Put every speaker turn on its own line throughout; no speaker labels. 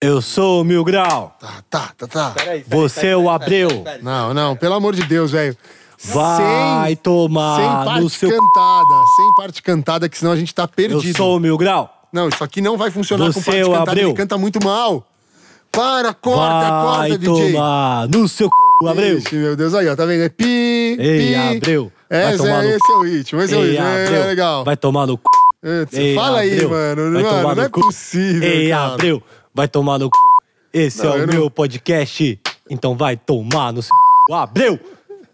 Eu sou o Mil Grau.
Tá, tá, tá, tá.
Peraí, peraí,
Você é
peraí,
o
peraí,
Abreu.
peraí, peraí.
Não, não, pelo amor de Deus, velho.
Vai
Sem- Sem
tomar
parte
no seu. c****.
cantada, sem parte cantada, que senão a gente tá
Eu
perdido.
sou o Mil Grau.
Não, isso aqui não vai funcionar
Você
com parte
é o
cantada,
Abreu?
ele canta muito mal. Para, corta,
Vai
corta, DJ.
tomar no seu c... Abreu.
Ixi, meu Deus, aí, ó, tá vendo? É
Ei,
pi, pi.
Abreu, vai
Essa,
tomar no
é, esse é o ritmo, esse é o
Ei,
ritmo, é,
Abreu.
é legal.
Vai tomar no c...
Antes,
Ei,
fala aí,
Abreu.
mano,
Vai
mano,
tomar
não
no
é
cu.
possível,
Ei,
cara.
Abreu. Vai tomar no c... Esse
Não,
é o
eu não-
meu podcast. Então vai tomar no seu c... Abreu.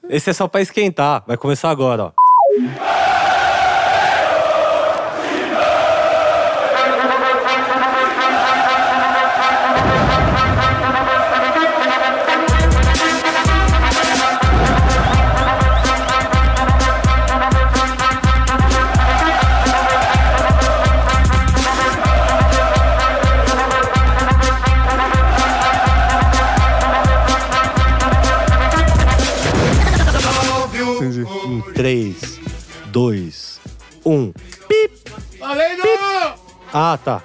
Esse é só pra esquentar. Vai começar agora, ó.
Entendi.
Um, 3, 2, 1.
Valendo!
Ah, tá.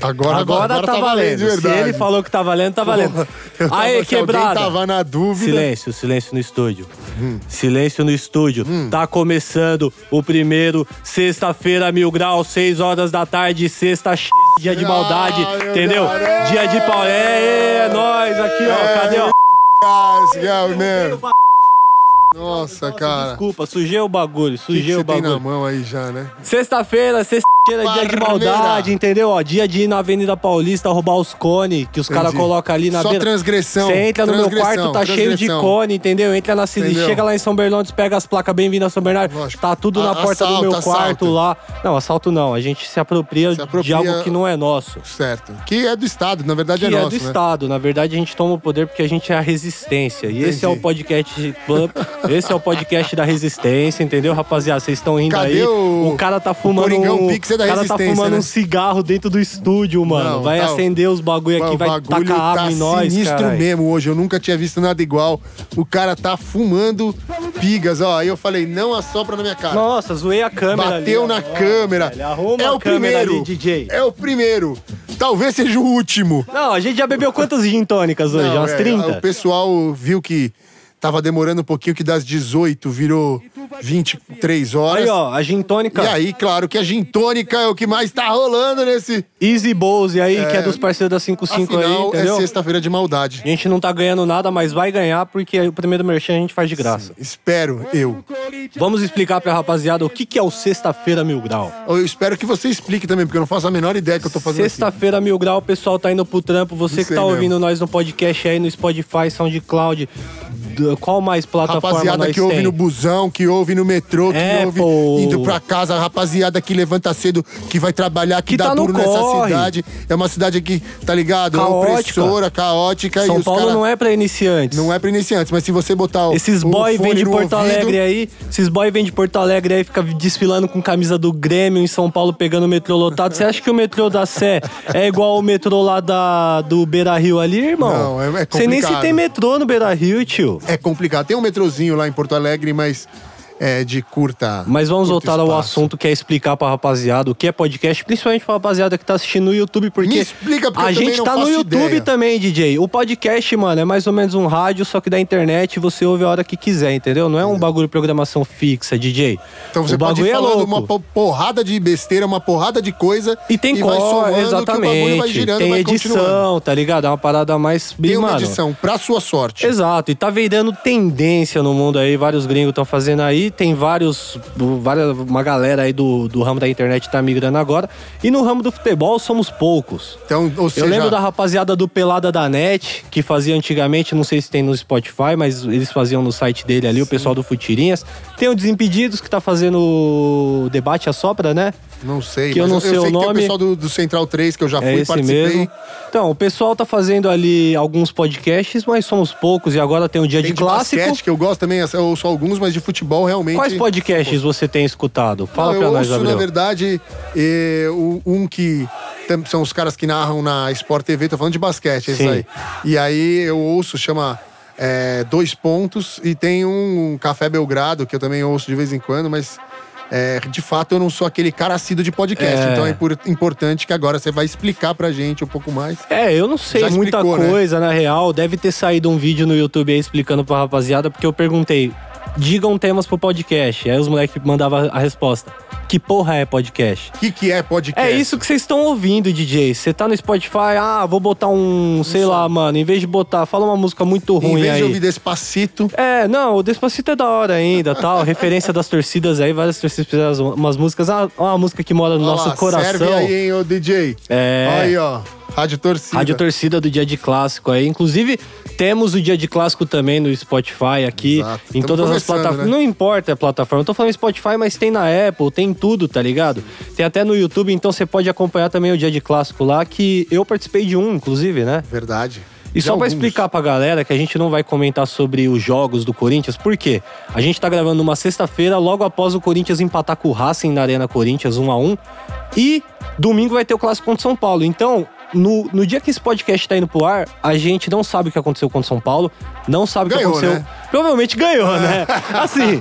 Agora,
Agora, tá, valendo.
de
Se
verdade.
ele falou que tá valendo, tá valendo.
Eu tava-
Aí,
se alguém
quebrada.
tava na dúvida. Hum.
Silêncio, silêncio no estúdio. Silêncio no estúdio. Tá começando o primeiro, sexta-feira, mil graus, seis horas da tarde, sexta x, dia de
Ah,
maldade,
meu
entendeu?
Deus.
Dia de pau. É, é, nós aqui,
É,
ó. Cadê, ó?
Ah, esse é o mesmo. Nossa, cara. O
Desculpa, sujei o bagulho,
que, que
sujei
você
o
tem na
bagulho.
mão aí já, né?
Sexta-feira, sexta-feira, é dia de
Parmeira.
maldade, entendeu? Ó, dia de ir na Avenida Paulista roubar os cones que os caras
Entendi.
colocam ali na
Só
beira.
transgressão,
Você entra no meu quarto,
transgressão,
tá cheio de
transgressão.
cone, entendeu? Entra na Cili,
Entendeu?
chega lá em São Bernardes, pega as placas bem-vindas a São Bernardo.
Lógico.
Tá tudo na
A-
porta do
assalto,
meu
assalto.
quarto lá. Não, assalto não. A gente se apropria,
Se apropria-
de algo que não é nosso.
Certo. Que é do Estado, na verdade
Que
é
é,
nosso,
do
né?
Estado. Na verdade, a gente toma o poder porque a gente é a resistência. E esse é o
Entendi.
podcast. Club, esse é o podcast da resistência, entendeu, rapaziada? Vocês estão indo
Cadê
aí.
o-
cara tá fumando.
Coringão
um,
Pix é da
o cara tá
resistência,
fumando
né?
um cigarro dentro do estúdio, mano.
Não,
vai
tá-
acender os bagulho aqui,
Mano,
é vai
bagulho
tacar água
tá
em nós.
sinistro
carai.
mesmo hoje. Eu nunca tinha visto nada igual. O cara tá fumando pigas, ó. Aí eu falei, não assopra na minha cara.
Nossa, zoei a câmera.
Bateu
ali,
na
ó.
câmera.
Velho, arruma
é
a
o
câmera
primeiro.
ali, DJ.
É o primeiro. Talvez seja o último.
Não, a gente já bebeu quantas gin tônicas hoje?
Não,
Umas
é,
30?
O pessoal viu que tava demorando um pouquinho, que das 18 virou 23 horas.
Aí, ó, a gin tônica
E aí, claro que a gintônica é o que mais tá rolando nesse.
Easy Bowls aí, que é dos parceiros da 55 aí,
Afinal, é
entendeu?
sexta-feira de maldade.
A gente não tá ganhando nada, mas vai ganhar porque o primeiro merchan a gente faz de graça.
Espero, eu.
Vamos explicar pra rapaziada o que, que é o Sexta-feira Mil Grau.
Eu espero que você explique também, porque eu não faço a menor ideia que eu tô fazendo. aqui.
Sexta-feira Mil Grau, o pessoal tá indo pro trampo. Você que
sei
tá
mesmo.
ouvindo nós no podcast aí, no Spotify, SoundCloud, d- qual mais plataforma
Rapaziada
nós
que ouve
tem?
no busão, que ouve no metrô, que
É,
ouve
pô.
indo pra casa, a rapaziada que levanta cedo, que vai trabalhar, que,
Que
dá
tá no
duro nessa
corre.
cidade. É uma cidade que, tá ligado?
Caótica.
É opressora, caótica. e
São
os
Paulo
cara-
não é pra iniciantes.
Não é pra iniciantes, mas se você botar o.
Esses
o
boy
fone
vêm de
no
Porto
ouvido,
Alegre aí, esses boy vêm de Porto Alegre aí, fica desfilando com camisa do Grêmio em São Paulo, pegando o metrô lotado. Você acha que o metrô da Sé é igual o metrô lá da, do Beira Rio ali, irmão?
Não, é- é
Sei nem se
complicado.
tem metrô no Beira Rio, tio.
É complicado. Tem um metrozinho lá em Porto Alegre, mas é de curta.
Mas vamos
curto
voltar ao
espaço.
assunto que é explicar pra rapaziada o que é podcast, principalmente pra rapaziada que tá assistindo no YouTube, porque.
Me explica, porque
A
eu também
gente
não
tá no
faço
YouTube
ideia.
também, DJ. O podcast, mano, é mais ou menos um rádio, só que da internet você ouve a hora que quiser, entendeu? Não é um bagulho de programação fixa, DJ.
Então você
o
pode
bagulho
ir
é
falando
louco.
uma po- porrada de besteira, uma porrada de coisa.
E tem
vai
cor,
somando que o bagulho vai
exatamente.
girando,
tem
vai continuando.
edição, tá ligado? É uma parada mais
Tem uma
mano,
edição, pra sua sorte.
Exato, e tá virando tendência no mundo aí, vários gringos estão fazendo aí, tem vários, várias, uma galera aí do, do ramo da internet tá migrando agora, e no ramo do futebol somos poucos.
Então, ou seja,
Eu lembro da rapaziada do Pelada da Net, que fazia antigamente, não sei se tem no Spotify, mas eles faziam no site dele ali, o pessoal do Futirinhas. Tem o Desimpedidos, que tá fazendo o debate à sopra, né?
não sei,
que eu
mas
não sei o
sei que tem
nome.
o pessoal do, do Central 3 que eu já
É
fui,
esse
participei.
mesmo. Então, o pessoal tá fazendo ali alguns podcasts, mas somos poucos, e agora tem o Dia
Tem
de
de
Clássico.
basquete que eu gosto também, eu sou alguns, mas de futebol realmente.
Quais podcasts você tem escutado? Fala
Não,
pra
eu
nós,
ouço,
Gabriel.
na verdade, eh, o- um que tam- são os caras que narram na Sport TV, tô falando de basquete, é isso
Sim.
aí. E aí eu ouço, chama é, um eh, Dois Pontos, e tem um Café Belgrado, que eu também ouço de vez em quando, mas é, de fato, eu não sou aquele cara assíduo de podcast.
É.
Então é impor- importante que agora você vai explicar pra gente um pouco mais.
É, eu não sei
Já
muita
explicou, né?
coisa, na real. Deve ter saído um vídeo no YouTube aí explicando pra rapaziada, porque eu perguntei, digam temas pro podcast. Aí os moleques mandavam a resposta. Que porra é podcast?
O que, que é
É
podcast?
isso que vocês estão ouvindo, DJ. Você tá no Spotify, ah, vou botar um, sei
Isso.
lá, mano, em vez de botar, fala uma música muito
Em
é ruim
vez
aí.
de ouvir Despacito,
É, não, o Despacito é da hora ainda, tal. Referência das torcidas aí, várias torcidas fizeram umas músicas. Ah, uma música que mora no
ó
nosso
lá,
coração.
serve aí, hein, ô DJ.
É.
Olha Aí, ó. Rádio Torcida.
Rádio Torcida do Dia de Clássico aí. Inclusive, temos o Dia de Clássico também no Spotify aqui.
Exato.
Em
Tamo
todas as
começando,
plataformas.
né?
Não importa a plataforma. Eu tô falando Spotify, mas tem na Apple, tem em tudo, tá ligado? Tem até no YouTube, então você pode acompanhar também o Dia de Clássico lá, que eu participei de um, inclusive, né?
Verdade.
E
De
só pra
alguns.
explicar pra galera que a gente não vai comentar sobre os jogos do Corinthians, por quê? A gente tá gravando numa sexta-feira, logo após o Corinthians empatar com o Racing na Arena Corinthians 1 a 1 E domingo vai ter o Clássico contra o São Paulo. Então, no, no dia que esse podcast tá indo pro ar, a gente não sabe o que aconteceu contra o São Paulo, não sabe
Ganhou,
o que aconteceu.
né?
Provavelmente ganhou, né? Assim.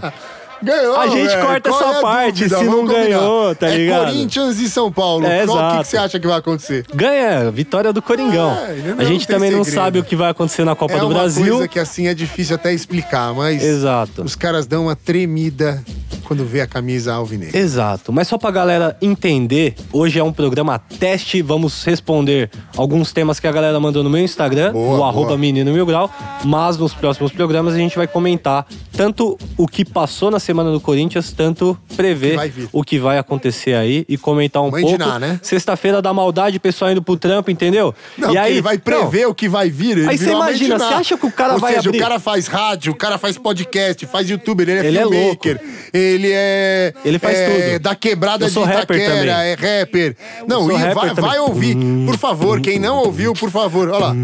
Ganhou,
A gente
velho.
corta
Qual
essa
é a
parte
dúvida?
se não
Vamos combinar.
ganhou, tá ligado?
É Corinthians e São Paulo.
É,
Qual o que que,
exato.
você acha que vai acontecer?
Ganha, vitória do Coringão.
Ah, ele não
a gente
tem
também não
segredo.
sabe o que vai acontecer na Copa
é
do
uma
Brasil.
coisa que assim é difícil até explicar, mas
Exato.
os caras dão uma tremida quando vê a camisa alvinegra.
Exato, mas só pra galera entender, hoje é um programa teste, vamos responder alguns temas que a galera mandou no meu Instagram,
Boa,
o
boa.
arroba menino mil grau, mas nos próximos programas a gente vai comentar tanto o que passou na semana do Corinthians, tanto prever
Que vai vir.
o que vai acontecer aí e comentar um
Mandinar,
pouco.
né?
Sexta-feira da maldade, pessoal indo pro trampo, entendeu?
Não,
e
porque
aí
ele vai prever o que vai vir. ele
Aí você
virou uma
imagina,
Mandiná.
você acha que o cara
Ou
vai
seja,
abrir-
o cara faz rádio, o cara faz podcast, faz youtuber, ele é
Ele é
filmmaker, ele é...
Ele faz
é,
tudo.
Da quebrada
Eu sou
de
rapper
Itaquera,
também.
é rapper. Não,
sou
e
rapper
vai,
também.
vai ouvir. Por favor, quem não ouviu, por favor, olha lá.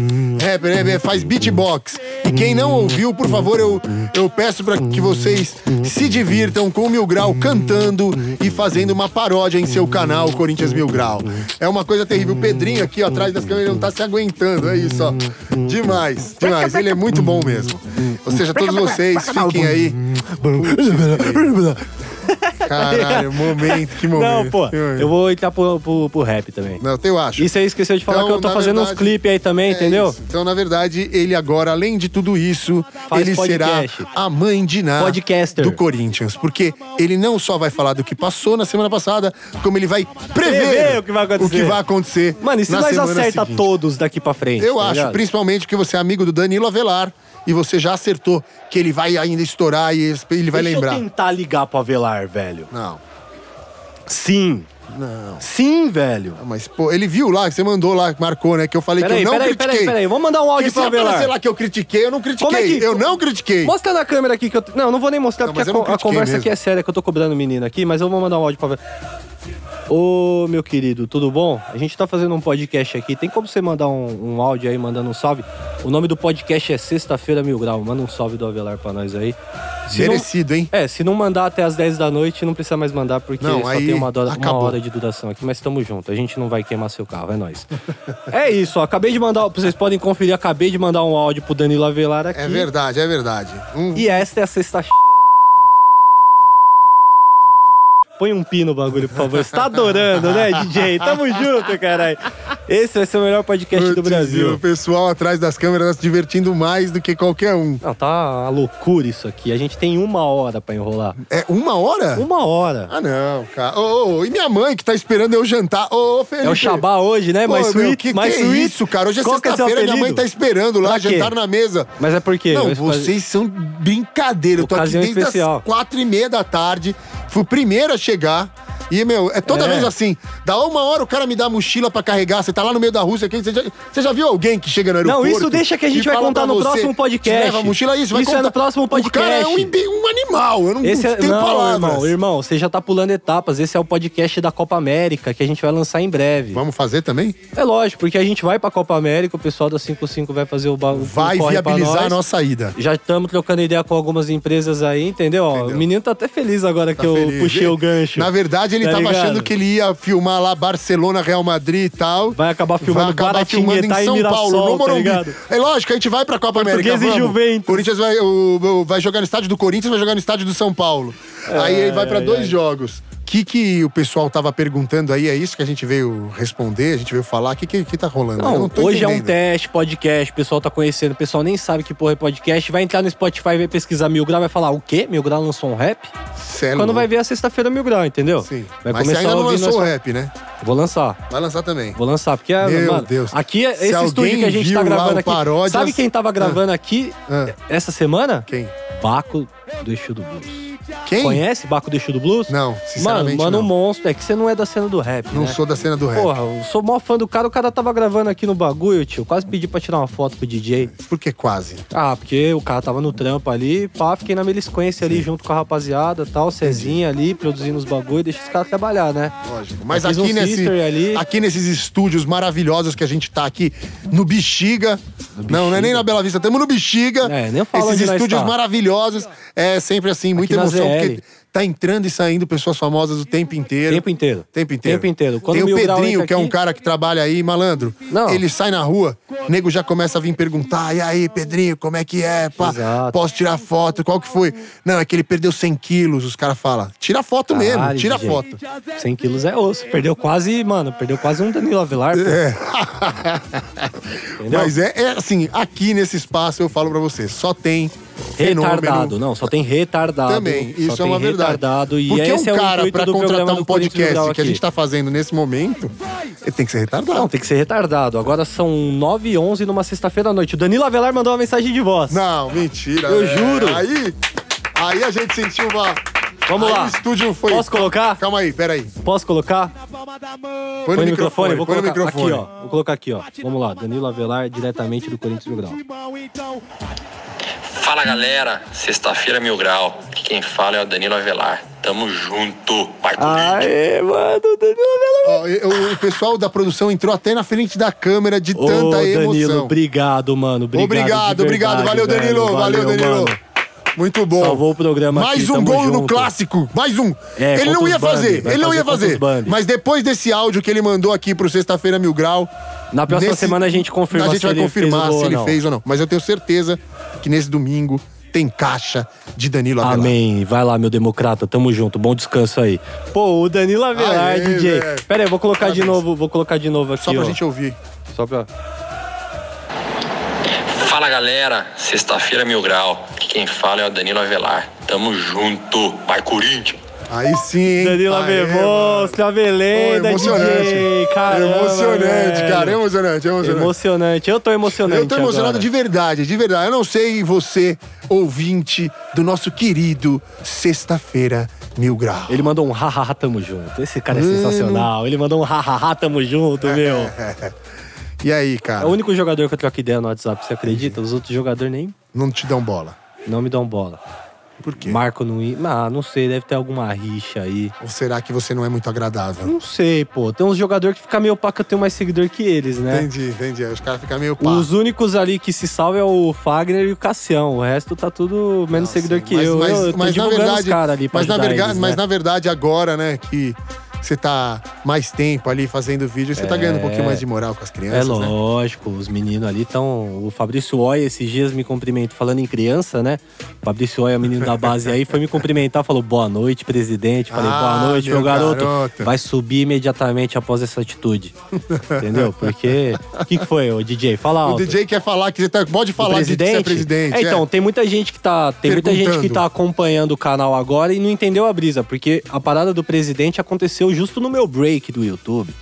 Rapper, rapper, faz beatbox. E quem não ouviu, por favor, eu, eu peço para que vocês se divirtam com o Mil Grau cantando e fazendo uma paródia em seu canal, Corinthians Mil Grau. É uma coisa terrível. O Pedrinho aqui, ó, atrás das câmeras, ele não tá se aguentando. É isso, ó. Demais, demais. Ele é muito bom mesmo. Ou seja, todos vocês fiquem aí. Caralho, momento, que momento.
Não, pô,
que momento.
eu vou entrar pro, pro- pro rap também.
Não, eu acho.
Isso aí esqueceu de falar
Então,
que eu tô
na
fazendo uns
verdade,
clipes aí também,
É
entendeu?
isso. Então, na verdade, ele agora, além de tudo isso,
Faz
ele
podcast.
será a mãe de Ná
Podcaster.
do Corinthians. Porque ele não só vai falar do que passou na semana passada, como ele vai prever,
Prever o que vai acontecer.
o que vai acontecer
Mano, e se
na
nós
semana
acerta
seguinte.
todos daqui pra frente?
Eu
tá
acho,
ligado?
principalmente que você é amigo do Danilo Avelar e você já acertou que ele vai ainda estourar e esse- ele vai
Deixa
lembrar.
eu tentar ligar pro Avelar, velho.
Não,
Sim.
não.
Sim, velho.
Mas, pô, ele viu lá, que você mandou lá, que marcou, né? Que eu falei que
Peraí,
eu não
peraí,
critiquei. é
peraí, peraí. Vamos mandar um
Porque
áudio
se
pro
aparecer
Avelar.
lá que eu critiquei, eu não critiquei.
Como é que-
Eu não critiquei.
Mostra na câmera aqui que eu. t- Não, não vou nem mostrar,
Não,
porque
mas
a,
eu não
co- a
critiquei
conversa
mesmo.
aqui é séria, que eu tô cobrando o menino aqui, mas eu vou mandar um áudio pra Avelar. Ô, meu querido, tudo bom? A gente tá fazendo um podcast aqui. Tem como você mandar um, um áudio aí, mandando um salve? O nome do podcast é Sexta-feira Mil Grau. Manda um salve do Avelar pra nós aí. Se não-
Merecido, hein?
É, se não mandar até as 10 da noite, não precisa mais mandar, porque
Não,
só
aí
tem uma, dora- uma
acabou.
hora de duração aqui, mas tamo junto. A gente não vai queimar seu carro, é nóis. é isso, ó, acabei de mandar, vocês podem conferir, acabei de mandar um áudio pro Danilo Avelar aqui.
É verdade, é verdade. Um-
E esta é a sexta ch- Põe um pi no bagulho, por favor. Você tá adorando, né, DJ? Tamo junto, caralho. Esse vai ser o melhor podcast do
Putz, O
Brasil.
pessoal atrás das câmeras tá se divertindo mais do que qualquer um.
Não, tá uma loucura isso aqui. A gente tem uma hora pra enrolar.
É uma hora?
Uma hora.
Ah, não, cara. Ô, ô, ô, e minha mãe que tá esperando eu jantar. Ô, ô Felipe.
É o Xabá hoje, né?
Pô,
mais
meu,
suíte,
que,
mais
que é
suíte.
isso, cara? Hoje é
Qual que seu
sexta-feira, minha mãe
apelido?
tá esperando lá,
Pra quê?
jantar na mesa.
Mas é por quê?
Não,
Vai fazer-
vocês são brincadeira. Eu tô aqui
Ocasião
desde
especial.
as quatro e meia da tarde. Fui o primeiro a chegar. E, meu, é toda
É.
vez assim. Dá uma hora o cara me dá a mochila pra carregar. Você tá lá no meio da Rússia. quem- Você já, você já viu alguém que chega no aeroporto?
Não, isso deixa que a gente
e
vai
fala
contar
pra
no
você,
próximo podcast.
"Te Leva a mochila, isso, vai
Isso é
contar.
no próximo
O cara é um,
podcast.
imbe- um animal. Eu não
Esse é...
tenho
Não,
palavras.
irmão, irmão, você já tá pulando etapas. Esse é o podcast da Copa América, que a gente vai lançar em breve.
Vamos fazer também?
É lógico, porque a gente vai pra Copa América, o pessoal da 55 vai fazer o bagulho.
Vai viabilizar a nossa ida.
Já estamos trocando ideia com algumas empresas aí, entendeu? Ó,
Entendeu.
O menino tá até feliz agora que eu
Feliz.
puxei o gancho.
Na verdade, ele ele
Tá
tava
ligado?
achando que ele ia filmar lá Barcelona, Real Madrid e tal.
Vai acabar Tá filmando Guaratinguetá e Mirassol, tá ligado?
é lógico, a gente vai pra Copa
Portuguesa
América.
e
vamos.
Juventus.
Corinthians vai, o- o- vai jogar no estádio do Corinthians, vai jogar no estádio do São Paulo.
É,
aí ele vai pra dois jogos. O que, que o pessoal tava perguntando aí? É isso que a gente veio responder, a gente veio falar? O que, que, que tá rolando? Eu
Não,
tô
hoje é um
entendendo.
teste, podcast, o pessoal tá conhecendo, o pessoal nem sabe que porra é podcast. Vai entrar no Spotify, vai pesquisar Mil Grau, vai falar o quê? Mil Grau lançou um rap?
Cê é
Quando
louco.
vai ver a sexta-feira Mil Grau, entendeu?
Sim.
Vai
Mas você
começar
ainda
a
não
ouvir
lançou o
nós-
rap, né?
Vou lançar.
Vai lançar também.
Vou lançar, porque, ah,
Meu
mano,
Deus.
aqui, é-
Se
esse
alguém
estúdio que a gente tá
viu lá
gravando
o
aqui,
Paródias-
sabe quem tava gravando aqui
Ah.
essa semana?
Quem?
Baco do Exu do Blues.
Quem?
Conhece Baco do Exu do Blues?
Não,
Mano,
sinceramente
mano, um
não.
monstro. É que você não é da cena do rap,
Não
né?
sou da cena do rap.
Porra, eu sou mó fã do cara, o cara tava gravando aqui no bagulho, tio. Quase pedi pra tirar uma foto pro DJ.
Por que quase?
Ah, porque o cara tava no trampo ali, pá, fiquei na melisquência ali junto com a rapaziada tal, Cezinha ali, produzindo os bagulho, deixa os caras trabalhar, né?
Lógico. Mas
Eu fiz
aqui,
um
nesse,
sister ali.
aqui nesses estúdios maravilhosos que a gente tá aqui no Bexiga. Não, não é nem na Bela Vista, estamos no Bexiga.
É, nem eu falo
Esses
onde nós
estúdios
tá.
maravilhosos. É sempre assim, muita
na
emoção,
ZL.
porque tá entrando e saindo pessoas famosas o tempo inteiro.
Tempo inteiro.
Tempo inteiro.
Tempo inteiro. Quando
Tem o
Mil Grau
Pedrinho,
entra
que é um
aqui-
cara que trabalha aí, malandro.
Não.
Ele sai na rua, o nego já começa a vir perguntar: e aí, Pedrinho, como é que é? Pá,
Exato.
posso tirar foto? Qual que foi? Não, é que ele perdeu 100 quilos. Os caras falam: tira foto mesmo,
Caralho,
tira
DJ.
foto.
100 quilos é osso. Perdeu quase, mano, perdeu quase um Danilo Avelar.
É,
pô. Entendeu?
Mas é, é assim, aqui nesse espaço eu falo pra você, só tem fenômeno.
Retardado, não, só tem retardado.
Também,
Só
isso é
tem
uma verdade.
Retardado, e
Porque
esse
um
é o
cara,
intuito
pra
do programa
contratar
do
um
Corinthians
podcast
Rural
que a
aqui.
gente tá fazendo nesse momento, ele tem que ser retardado.
Não, tem que ser retardado. Agora são 9 h 11 numa sexta-feira à noite. O Danilo Avelar mandou uma mensagem de voz.
Não, mentira.
Eu
é.
juro.
Aí, aí a gente sentiu uma.
Vamos
aí
lá.
O estúdio foi.
Posso colocar?
Calma aí, peraí.
Posso colocar?
Põe,
Põe no microfone, vou
põe
colocar
no microfone.
aqui, ó. Vou colocar aqui, ó. Vamos lá, Danilo Avelar, diretamente do Corinthians Mil Grau.
Fala galera, sexta-feira Mil Grau. Aqui Quem fala é o Danilo Avelar. Tamo junto. Vai
Ah.
Corinthians.
Aê, mano, Danilo Avelar.
Ó, e- o, o pessoal da produção entrou até na frente da câmera de
Ô,
tanta emoção.
Danilo, obrigado, mano. Obrigado, de
Obrigado,
verdade,
obrigado. Valeu,
velho.
Danilo. Valeu, Danilo.
mano.
Muito bom.
Salvou o programa
Mais
aqui,
um
tamo
gol no
junto.
clássico. Mais um.
É,
ele não
contra
ia
os Bambi,
fazer.
vai
Ele não
fazer
ia
contra
fazer.
os Bambi.
Mas depois desse áudio que ele mandou aqui pro Sexta-feira Mil Grau.
Na próxima semana a gente confirma
A gente
se
vai
ele
confirmar
fez o gol
se
ou
ele
não.
fez ou não. Mas eu tenho certeza que nesse domingo tem caixa de Danilo Avelar.
Amém. Vai lá, meu democrata. Tamo junto. Bom descanso aí. Pô, o Danilo Avelar,
Aê,
DJ.
velho.
Pera aí, eu vou colocar de
Parabéns.
novo. Vou colocar de novo aqui,
Só pra
ó.
gente ouvir.
Só pra...
Fala galera, sexta-feira Mil Grau. Aqui Quem fala é o Danilo Avelar. Tamo junto. Vai Corinthians.
Aí sim, hein?
Danilo é
Aê,
Avelar, monstro,
Pô,
Avelenda,
emocionante.
DJ. Caramba,
emocionante,
velho.
cara. Emocionante, emocionante.
Emocionante. Eu tô emocionante
Eu tô tá emocionado
agora.
de verdade, de verdade. Eu não sei você, ouvinte do nosso querido Sexta-feira Mil Grau.
Ele mandou um hahaha, tamo junto. Esse cara é sensacional. Ele mandou um hahaha, tamo junto, meu.
E aí,
É
cara?
o único jogador que eu troco ideia no WhatsApp, você acredita? Os outros jogadores nem
Não te dão bola.
não me dão bola.
Por quê?
Marco não ir. Ah, não sei, deve ter alguma rixa aí.
Ou será que você não é muito agradável?
Não sei, pô. Tem uns jogadores que fica meio pá que eu tenho mais seguidor que eles, né?
Entendi, entendi. Aí Os caras ficam meio pá.
Os únicos ali que se salva é o Fagner e o Cassião. O resto tá tudo menos seguidor que eu. eu. eu tô divulgando os caras ali pra
mas na
ajudar
verdade,
eles,
mas
né?
na verdade agora, né, que você tá mais tempo ali fazendo vídeo, você tá ganhando um pouquinho mais de moral com as
É
crianças, né?
lógico, os meninos ali estão. O Fabrício Oia esses dias me cumprimentou, falando em criança, né? O Fabrício Oia, menino da base aí, foi me cumprimentar, falou boa noite, presidente. Falei,
Ah,
boa noite,
meu
meu garoto.
garoto.
Vai subir imediatamente após essa atitude. Entendeu? Porque. O que, que foi, o DJ? Fala
O
alto.
DJ quer falar que você tá, pode
Do
falar de que você é presidente.
É, então, tem muita gente que tá. Tem muita gente que
Perguntando.
tá acompanhando o canal agora e não entendeu a brisa, porque a parada do presidente aconteceu justo no meu break do YouTube.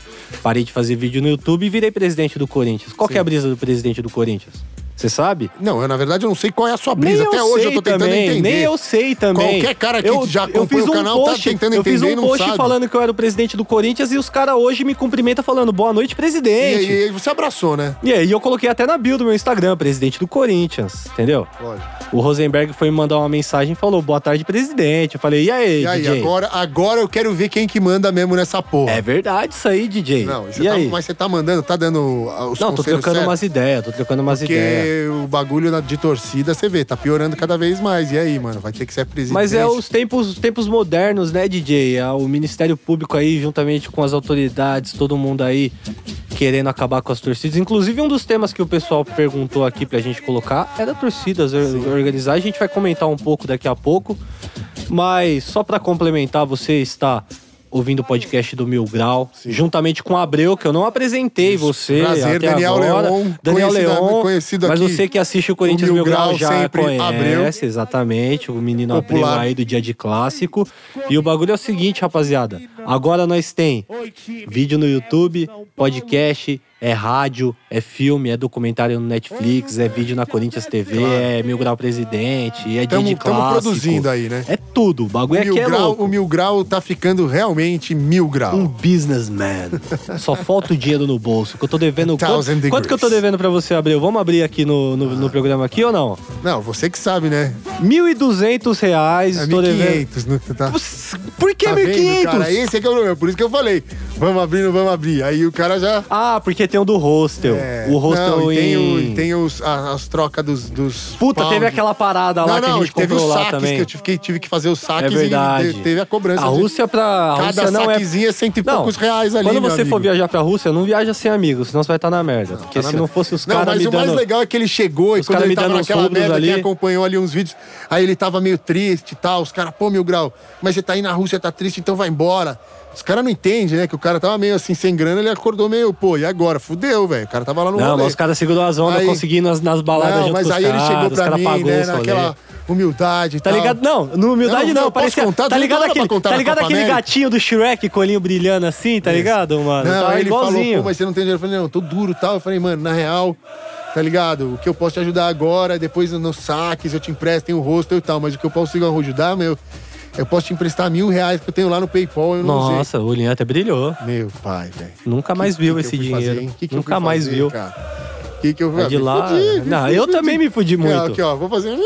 Parei de fazer vídeo no YouTube e virei presidente do Corinthians. Qual que é a brisa do presidente do Corinthians? Você sabe?
é. Não, eu na verdade eu não sei qual é a sua brisa. Até hoje eu tô tentando
também,
entender.
Nem eu sei também.
Qualquer cara que
Eu-
já
eu
acompanha
fiz um
o canal tá tentando
Eu fiz
entender e
um
não
post
sabe.
falando que eu era o presidente do Corinthians e os caras hoje me cumprimentam falando boa noite,
E
presidente.
aí, e aí você abraçou, né?
E aí eu coloquei até na bio do meu Instagram, presidente do Corinthians, entendeu?
Lógico.
O Rosenberg foi me mandar uma mensagem e falou, boa tarde, presidente. Eu falei, e aí,
E aí,
DJ?
agora, agora eu quero ver quem que manda mesmo nessa porra.
É verdade isso aí, DJ.
Não, e você
e
tá-
aí?
mas você tá mandando, tá dando ah, os
Não, tô
conselhos
trocando
certos?
umas ideias, tô trocando umas
Porque
ideias.
Porque o bagulho na- de torcida, você vê, tá piorando cada vez mais. E aí, mano, vai ter que ser presidente.
Mas é os tempos, os tempos modernos, né, DJ? É o Ministério Público aí, juntamente com as autoridades, todo mundo aí querendo acabar com as torcidas. Inclusive, um dos temas que o pessoal perguntou aqui pra gente colocar é era torcidas or- organizar. A gente vai comentar um pouco daqui a pouco. Mas só pra complementar, você está ouvindo o podcast do Mil Grau, juntamente com o Abreu, que eu não apresentei você
Prazer,
até
Daniel
agora.
Leon,
Daniel
conhecida-
Leon,
conhecido
mas
aqui,
você que assiste o Corinthians
o
Mil
Mil
Grau,
Grau
já
sempre
conhece,
Abreu.
exatamente, o menino Abreu
Popular.
aí do dia de clássico. E o bagulho é o seguinte, rapaziada, agora nós tem vídeo no YouTube, podcast, é rádio, é filme, é documentário no Netflix, é vídeo na Corinthians TV, é Mil Grau Presidente, é
Tamo-
dia de
tamo
clássico.
produzindo aí, né?
É tudo, o bagulho
Mil
aqui é
grau,
louco.
o Mil Grau tá ficando realmente Mil Grau.
Um businessman. Só falta o dinheiro no bolso, que eu tô devendo... Quanto,
Thousand
quanto que eu tô
degrees.
devendo pra você, Abreu? Vamos abrir aqui no, no, no programa aqui ou não?
Não, você que sabe, né?
R$ 1.200, reais,
É
estou devendo...
1.500, né? Tá,
Putz, Por que
tá vendo,
1.500?
cara? Esse é que é o problema. Por isso que eu falei, vamos abrir, não vamos abrir. Aí o cara já...
Ah, porque tem o do hostel.
É,
o hostel
não, e tem, o-
em...
e tem os, a- as trocas dos, dos
Puta,
pound.
teve aquela parada lá
não,
que
não,
a gente
teve
comprou
os
lá
saques
também.
que eu tive que, tive que fazer os
É
saques e
verdade.
de- teve a cobrança.
A
de-
Rússia pra. A
Cada
Rússia não
saquezinho
é...
é cento e poucos reais ali,
Quando
meu
você
amigo. tá
for viajar pra Rússia, não viaja sem amigos, senão você vai estar na merda. porque se não fosse os
Não,
caras
mas
me
o
dando.
mais legal é que ele chegou e
Os
quando
caras
ele
me
tava
dando uns
naquela
rubros
merda,
ali.
quem acompanhou ali uns vídeos, aí ele tava meio triste e tal, os caras, pô, Mil Grau, mas você tá aí na Rússia, tá triste, então vai embora. Os caras não entendem, né, que o cara tava meio assim, sem grana, ele acordou meio, pô, e agora? Fudeu, velho, o cara tava lá no
Não,
rolê.
mas os caras segurou as ondas,
Aí-
conseguindo nas, nas baladas
Não,
junto
mas
com os
aí ele
caras,
chegou
os
pra
caras
mim,
pagou
né,
os rolê.
naquela humildade e
Tá
tal.
ligado? Não, na humildade
Eu
não,
não- eu posso
parecia.
contar?
tá
Não
ligado
dá pra
aquele,
contar
tá
na
ligado
Copa
aquele
América?
gatinho do Shrek com o olhinho brilhando assim, tá ligado, mano?
Não,
Tava
aí ele falou,
igualzinho.
pô, mas você não tem dinheiro. Eu falei, não, eu tô duro e tal. Eu falei, mano, na real, tá ligado? O que eu posso te ajudar agora, depois nos saques, eu te empresto, tem o rosto e tal. Mas o que eu posso te ajudar, meu, eu posso te emprestar mil reais que eu tenho lá no PayPal, eu não usei.
Nossa, o olhinho até brilhou.
Meu pai, velho.
Nunca mais viu esse dinheiro. Nunca mais viu.
O que, que eu
É de
me
lá.
fudi, me
Não, eu também me fudi
Aqui, ó,
muito.
Aqui, ó, vou fazer.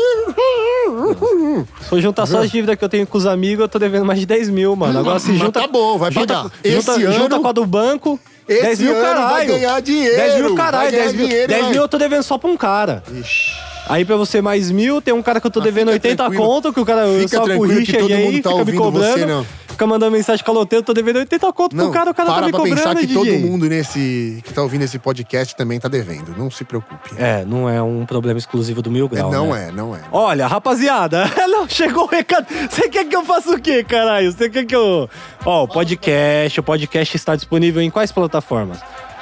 Se eu juntar só as dívidas que eu tenho com os amigos, eu tô devendo mais de 10 mil, mano. Agora se
Mas
junta.
tá bom, vai pagar.
Junta,
Esse
junta,
ano-
junta com a do banco.
Esse
10 mil,
ano vai
caralho.
ganhar dinheiro,
10 mil,
vai
caralho.
ganhar
10 mil,
dinheiro,
10
vai.
mil eu tô devendo só pra um cara.
Ixi.
Aí pra você mais mil, tem um cara que eu tô
Mas
devendo
fica
80
tranquilo.
conto, que o cara
Fica
só com o
tranquilo que
Richard
todo
aí,
mundo
fica
tá
me
ouvindo
cobrando.
você, não.
Fica mandando mensagem caloteiro, tô devendo 80 conto pro cara, o cara
para
tá me
pra
cobrando,
pensar que
DJ.
todo mundo nesse que tá ouvindo esse podcast também tá devendo. Não se preocupe.
É, não é um problema exclusivo do Mil Grau,
não
né?
é, não é.
Olha, rapaziada, não, chegou o recado. Você quer que eu faça o quê, caralho? Você quer que eu. Ó, o podcast, o podcast está disponível em quais plataformas?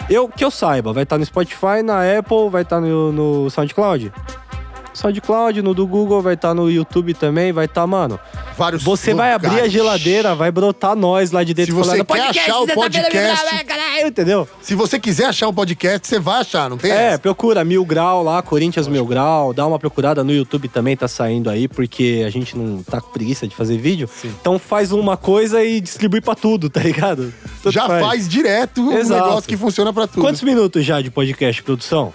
Eu, que eu saiba, vai estar no Spotify, na Apple, vai estar no, no SoundCloud. SoundCloud, no do Google, vai estar no YouTube também, vai estar, mano.
Vários
Você vai
lugares.
abrir a geladeira, vai brotar nós lá de
Se
dentro
você
falando,
quer achar o
você tá vendo Mil Grau,
podcast-
é, caralho", entendeu?
Se você quiser achar o podcast, você vai achar, não tem
É,
essa.
procura Mil Grau lá, Corinthians Mil Grau, dá uma procurada no YouTube também, tá saindo aí, porque a gente não tá com preguiça de fazer vídeo. Então faz uma coisa e distribui pra tudo, tá ligado? Tanto
Já faz direto
Exato.
um negócio que funciona pra tudo.
Quantos minutos já de podcast, produção?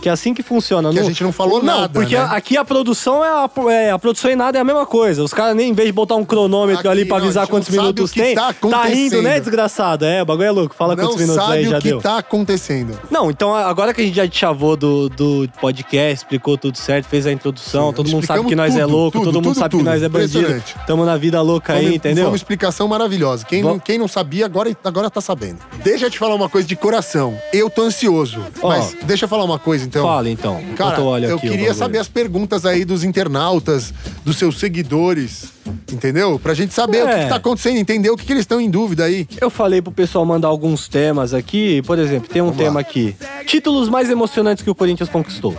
Que é assim que funciona,
Que a gente não falou
não,
nada,
Porque
né?
aqui a produção é a, é, a produção e nada é a mesma coisa. Os caras, nem em vez de botar um cronômetro
Aqui,
ali pra
não, a
avisar
gente
quantos
não sabe
minutos
o que
tem,
tá
rindo, né,
acontecendo.
desgraçado? É, o bagulho é louco. Fala
não
quantos minutos
sabe
aí, já
o que
deu.
tá acontecendo.
Não, então agora que a gente já te chavou do, do podcast, explicou tudo certo, fez a introdução, todo mundo sabe
explicamos
que nós é
tudo,
louco,
tudo,
todo mundo
tudo,
sabe que
tudo.
nós é bandido.
Impressionante.
Tamo na vida louca aí,
Foi uma-
entendeu?
Foi uma explicação maravilhosa. Quem, não,
Vam-
quem não sabia, agora, agora tá sabendo. Deixa eu te falar uma coisa de coração. Eu tô ansioso.
Ó.
Mas deixa eu falar uma coisa, então.
Fala então.
Cara,
enquanto eu olho
eu
aqui o
queria
bagulho.
saber as perguntas aí dos internautas, dos seus seguidores, entendeu? Pra gente saber o que,
É.
que tá acontecendo, entender o que, que eles estão em dúvida aí.
Eu falei pro pessoal mandar alguns temas aqui, por exemplo, tem um tema
lá.
aqui. Títulos mais emocionantes que o Corinthians conquistou.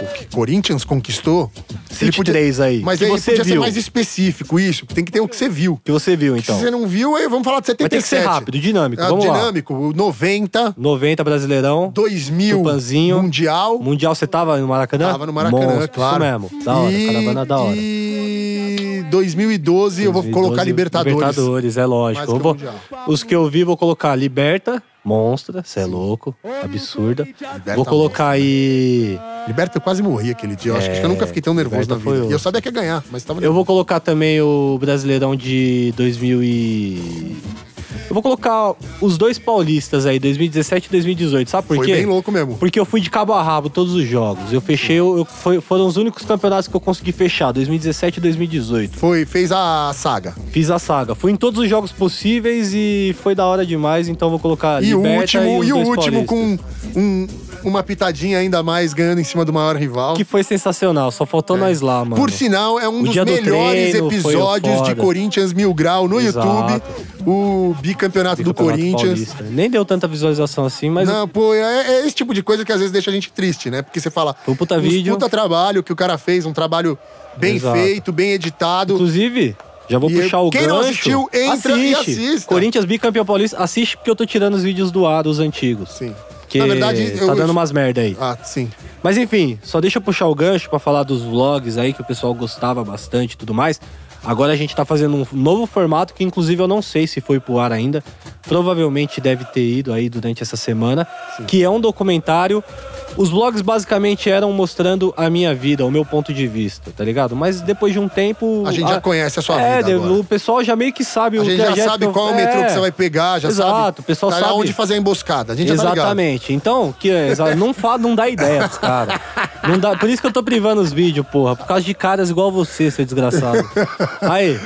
O que Corinthians conquistou?
Cite três aí,
Mas
que
aí
você
podia ser
viu.
mais específico, isso. Tem que ter o que você viu.
Que você viu,
Se
então.
você não viu, aí vamos falar de 77.
tem que ser rápido, dinâmico,
Ah,
vamos lá.
dinâmico, o 90,
90 Brasileirão.
2000,
Tupanzinho.
Mundial.
Mundial, você tava no Maracanã?
Tava no Maracanã,
Monstro,
claro.
Isso mesmo. Da hora,
e,
caravana da hora.
E 2012, eu vou
2012,
colocar Libertadores.
Libertadores, é lógico.
Mais que
Eu vou-
o Mundial.
os que eu vi, vou colocar Liberta, Monstra, cê é louco, absurda. vou colocar aí.
Liberta, eu quase morri aquele dia. Eu acho, que- acho que eu nunca fiquei tão
É,
nervoso
Liberta
na
foi
vida. E
outro.
eu sabia que ia ganhar, mas tava
Eu vou colocar também o Brasileirão de 2000 e... Eu vou colocar os dois paulistas aí, 2017 e 2018. Sabe por
Foi
quê?
bem louco mesmo.
Porque eu fui de cabo a rabo todos os jogos. Eu fechei, eu, eu- foi- foram os únicos campeonatos que eu consegui fechar, 2017 e 2018.
Foi, fez a saga.
Fiz a saga. Fui em todos os jogos possíveis e foi da hora demais, então vou colocar
E o
Liberta
último,
os
e, o
dois
último com
paulistas.
um- uma pitadinha ainda mais, ganhando em cima do maior rival.
Que foi sensacional, só faltou nós lá, mano.
É. Por sinal, é um
O
dos
dia do
melhores
treino foi
episódios de
foda.
Corinthians Mil Grau no
Exato.
YouTube. O bicampeonato do
Campeonato
Corinthians.
Paulista. Nem deu tanta visualização assim, mas
Não, pô, é, é esse tipo de coisa que às vezes deixa a gente triste, né? Porque você fala.
Foi um puta
uns
vídeo."
puta trabalho que o cara fez, um trabalho bem
Exato.
feito, bem editado.
Inclusive, já vou
E
puxar o
quem
gancho.
não assistiu, entra e
assiste.
assista.
Corinthians bicampeão paulista, assiste porque eu tô tirando os vídeos do ar, os antigos.
Sim.
Que
Na verdade,
tá
eu-
dando umas merda aí.
Ah, sim.
Mas enfim, só deixa eu puxar o gancho pra falar dos vlogs aí que o pessoal gostava bastante e tudo mais. Agora a gente tá fazendo um novo formato que inclusive eu não sei se foi pro ar ainda. Provavelmente deve ter ido aí durante essa semana, que é um documentário. Os vlogs basicamente eram mostrando a minha vida, o meu ponto de vista, tá ligado? Mas depois de um tempo
A gente já conhece a sua
é,
vida
de-
agora.
o pessoal já meio que sabe
A
o
gente já
trajeto
sabe
que eu-
qual o metrô
É.
que você vai pegar, já
Exato,
sabe.
o pessoal
tá
sabe.
onde fazer a emboscada. A gente já tá ligado.
Exatamente. então, que é, exa- não, fa, não dá ideia pros caras. Não dá, por isso que eu tô privando os vídeos, porra. Por causa de caras igual você, seu desgraçado. Aí,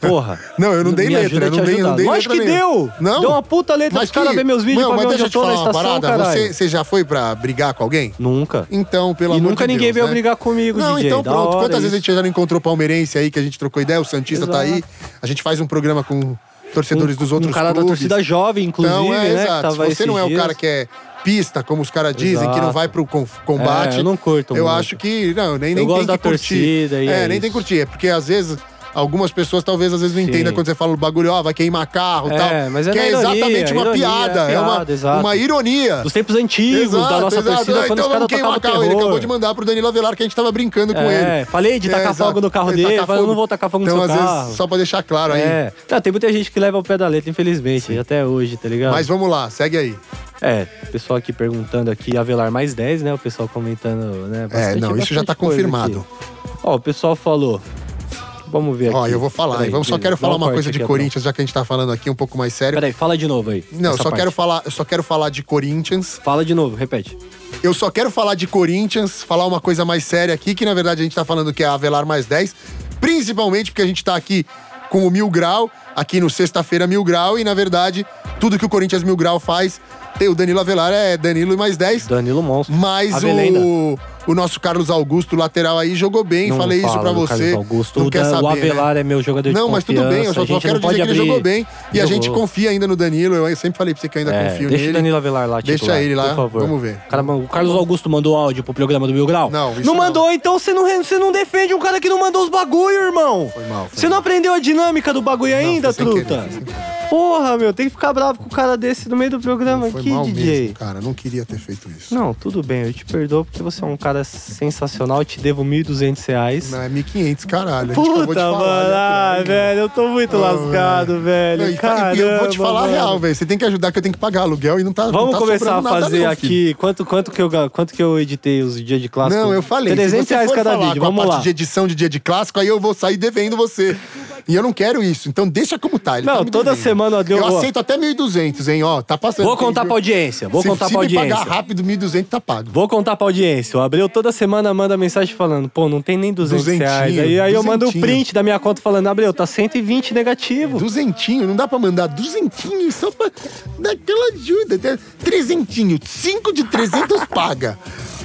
porra.
Não, eu não dei
me
letra,
ajuda a
eu não
te
dei- eu não
ajudar.
dei
Lógico
letra
que
nenhuma.
deu.
Não?
Deu uma puta letra pros caras verem meus vídeos
Não,
pra ver
mas
onde
deixa
eu
eu te
tô na
falar uma
estação,
parada.
caralho.
Você, você já foi pra brigar com alguém?
Nunca.
Então, pelo
E
amor
nunca
de
ninguém
Deus,
veio
né?
brigar comigo,
Não,
DJ.
então
Da
pronto.
hora
Quantas vezes a
isso.
gente já não encontrou palmeirense aí, que a gente trocou ideia, o Santista tá aí. A gente faz um programa com torcedores dos outros
um cara da
clubes.
torcida jovem, inclusive,
Então, é,
né?
exato.
que tava
Se você não é
esses
o cara
dias.
que é pista, como os caras dizem, que não
Exato.
vai pro con- combate.
É, eu não curto
Eu
muito.
acho que. Não, nem, nem
gosto
tem
da
que curtir.
torcida e
é,
é
nem
isso.
tem que curtir. É porque às vezes. Algumas pessoas talvez às vezes não entendam quando você fala o bagulho, ó, vai queimar carro e
É,
tal.
mas é
que
na
é
ironia,
exatamente uma
ironia,
piada.
é
É uma,
piada, exato.
uma ironia.
Dos tempos antigos, da nossa torcida,
Ah,
quando os
vamos
caras
queimar
tocavam
carro.
terror.
Ele acabou de mandar pro Danilo Avelar que a gente tava brincando com
É,
ele.
falei de
É,
tacar
exato.
fogo no carro
Ele
dele,
taca
falei, eu
fogo.
não vou tacar fogo no
então,
seu
às
carro.
Vezes, só pra deixar claro aí.
É. Não, tem muita gente que leva ao pé da letra, infelizmente, até hoje, tá ligado?
Mas vamos lá, segue aí.
É, o pessoal aqui perguntando aqui, Avelar mais 10, né? O pessoal comentando, né?
É, não, isso já tá
bastante coisa
confirmado.
aqui. Ó, o pessoal falou. Vamos ver
Ó,
aqui.
eu vou falar,
Peraí,
hein? Vamos, só
beleza.
quero falar
Dá um
uma
corte
coisa de
aqui,
Corinthians, já que a gente tá falando aqui um pouco mais
Adão.
sério.
Peraí, fala de novo aí.
Não, eu
essa
só
parte.
quero falar, eu só quero falar de Corinthians.
Fala de novo, repete.
Eu só quero falar de Corinthians, falar uma coisa mais séria aqui, que na verdade a gente tá falando que é Avelar mais 10, principalmente porque a gente tá aqui com o Mil Grau, aqui no Sexta-feira Mil Grau, e na verdade, tudo que o Corinthians Mil Grau faz, tem o Danilo Avelar, é Danilo e mais 10.
Danilo Monstro.
Mas
Avelenda.
o, o nosso Carlos Augusto, lateral aí, jogou bem,
Não
falei isso
fala
pra
do
você.
Carlos Augusto.
Não
o,
quer
Dan- o
saber, né?
Avelar é meu jogador de
Não, mas tudo bem,
confiança,
eu só,
a
só
gente não
quero dizer que
pode
ele
abrir-
jogou bem. E a gente
Jogou.
confia ainda no Danilo, eu sempre falei pra você que eu ainda
É,
confio
deixa o
nele.
Danilo Avelar lá,
Deixa
titular,
ele lá,
por favor.
vamos ver.
Cara, o Carlos Augusto mandou áudio pro programa do Mil Grau?
Não, isso
Não
não.
mandou, então você não, re- você não defende um cara que não mandou os bagulho, irmão. Foi
mal, foi
Você não aprendeu a dinâmica do bagulho ainda,
foi sem querer,
truta?
foi sem
Porra, meu, tem que ficar bravo com o cara desse no meio do programa
Foi
aqui,
mal
DJ.
mesmo, cara. Não queria ter feito isso.
Não, tudo bem, eu te perdoo porque você é um cara sensacional, eu te devo 1.200 reais.
Não, é 1.500, caralho. a gente acabou de
Puta,
falar.
mano,
né?
ai, velho, eu tô muito lascado, velho.
é. Não, e fa- e eu vou
Caramba,
te falar a
mano.
real, velho. Você tem que ajudar, que eu tenho que pagar aluguel e não tá não
Vamos
tá
começar a
sobrando nada
fazer
não, filho.
aqui. Quanto, quanto, que eu, ga- quanto que eu editei os dias de clássico?
Não, eu falei.
300
se você
reais
for
cada
falar
vídeo.
com
Vamos
a
lá.
parte de edição de dia de clássico, aí eu vou sair devendo você. E eu não quero isso, então deixa como tá. ele
Não,
tá me
toda
devendo.
semana eu
eu...
dei uma-
aceito até 1.200, hein, ó. Tá passando.
Vou contar pra audiência. Vou
se,
contar
se
pra
me
audiência.
pagar rápido, 1.200 tá pago.
Vou contar pra audiência. O Abreu toda semana manda mensagem falando, pô, não tem nem 200 reais.
Duzentinho,
Aí, aí eu mando o
duzentinho.
print da minha conta falando, Abreu, tá 120 negativo.
Duzentinho, não dá pra mandar duzentinho só pra dar aquela ajuda. né? Trezentinho, cinco de trezentos paga.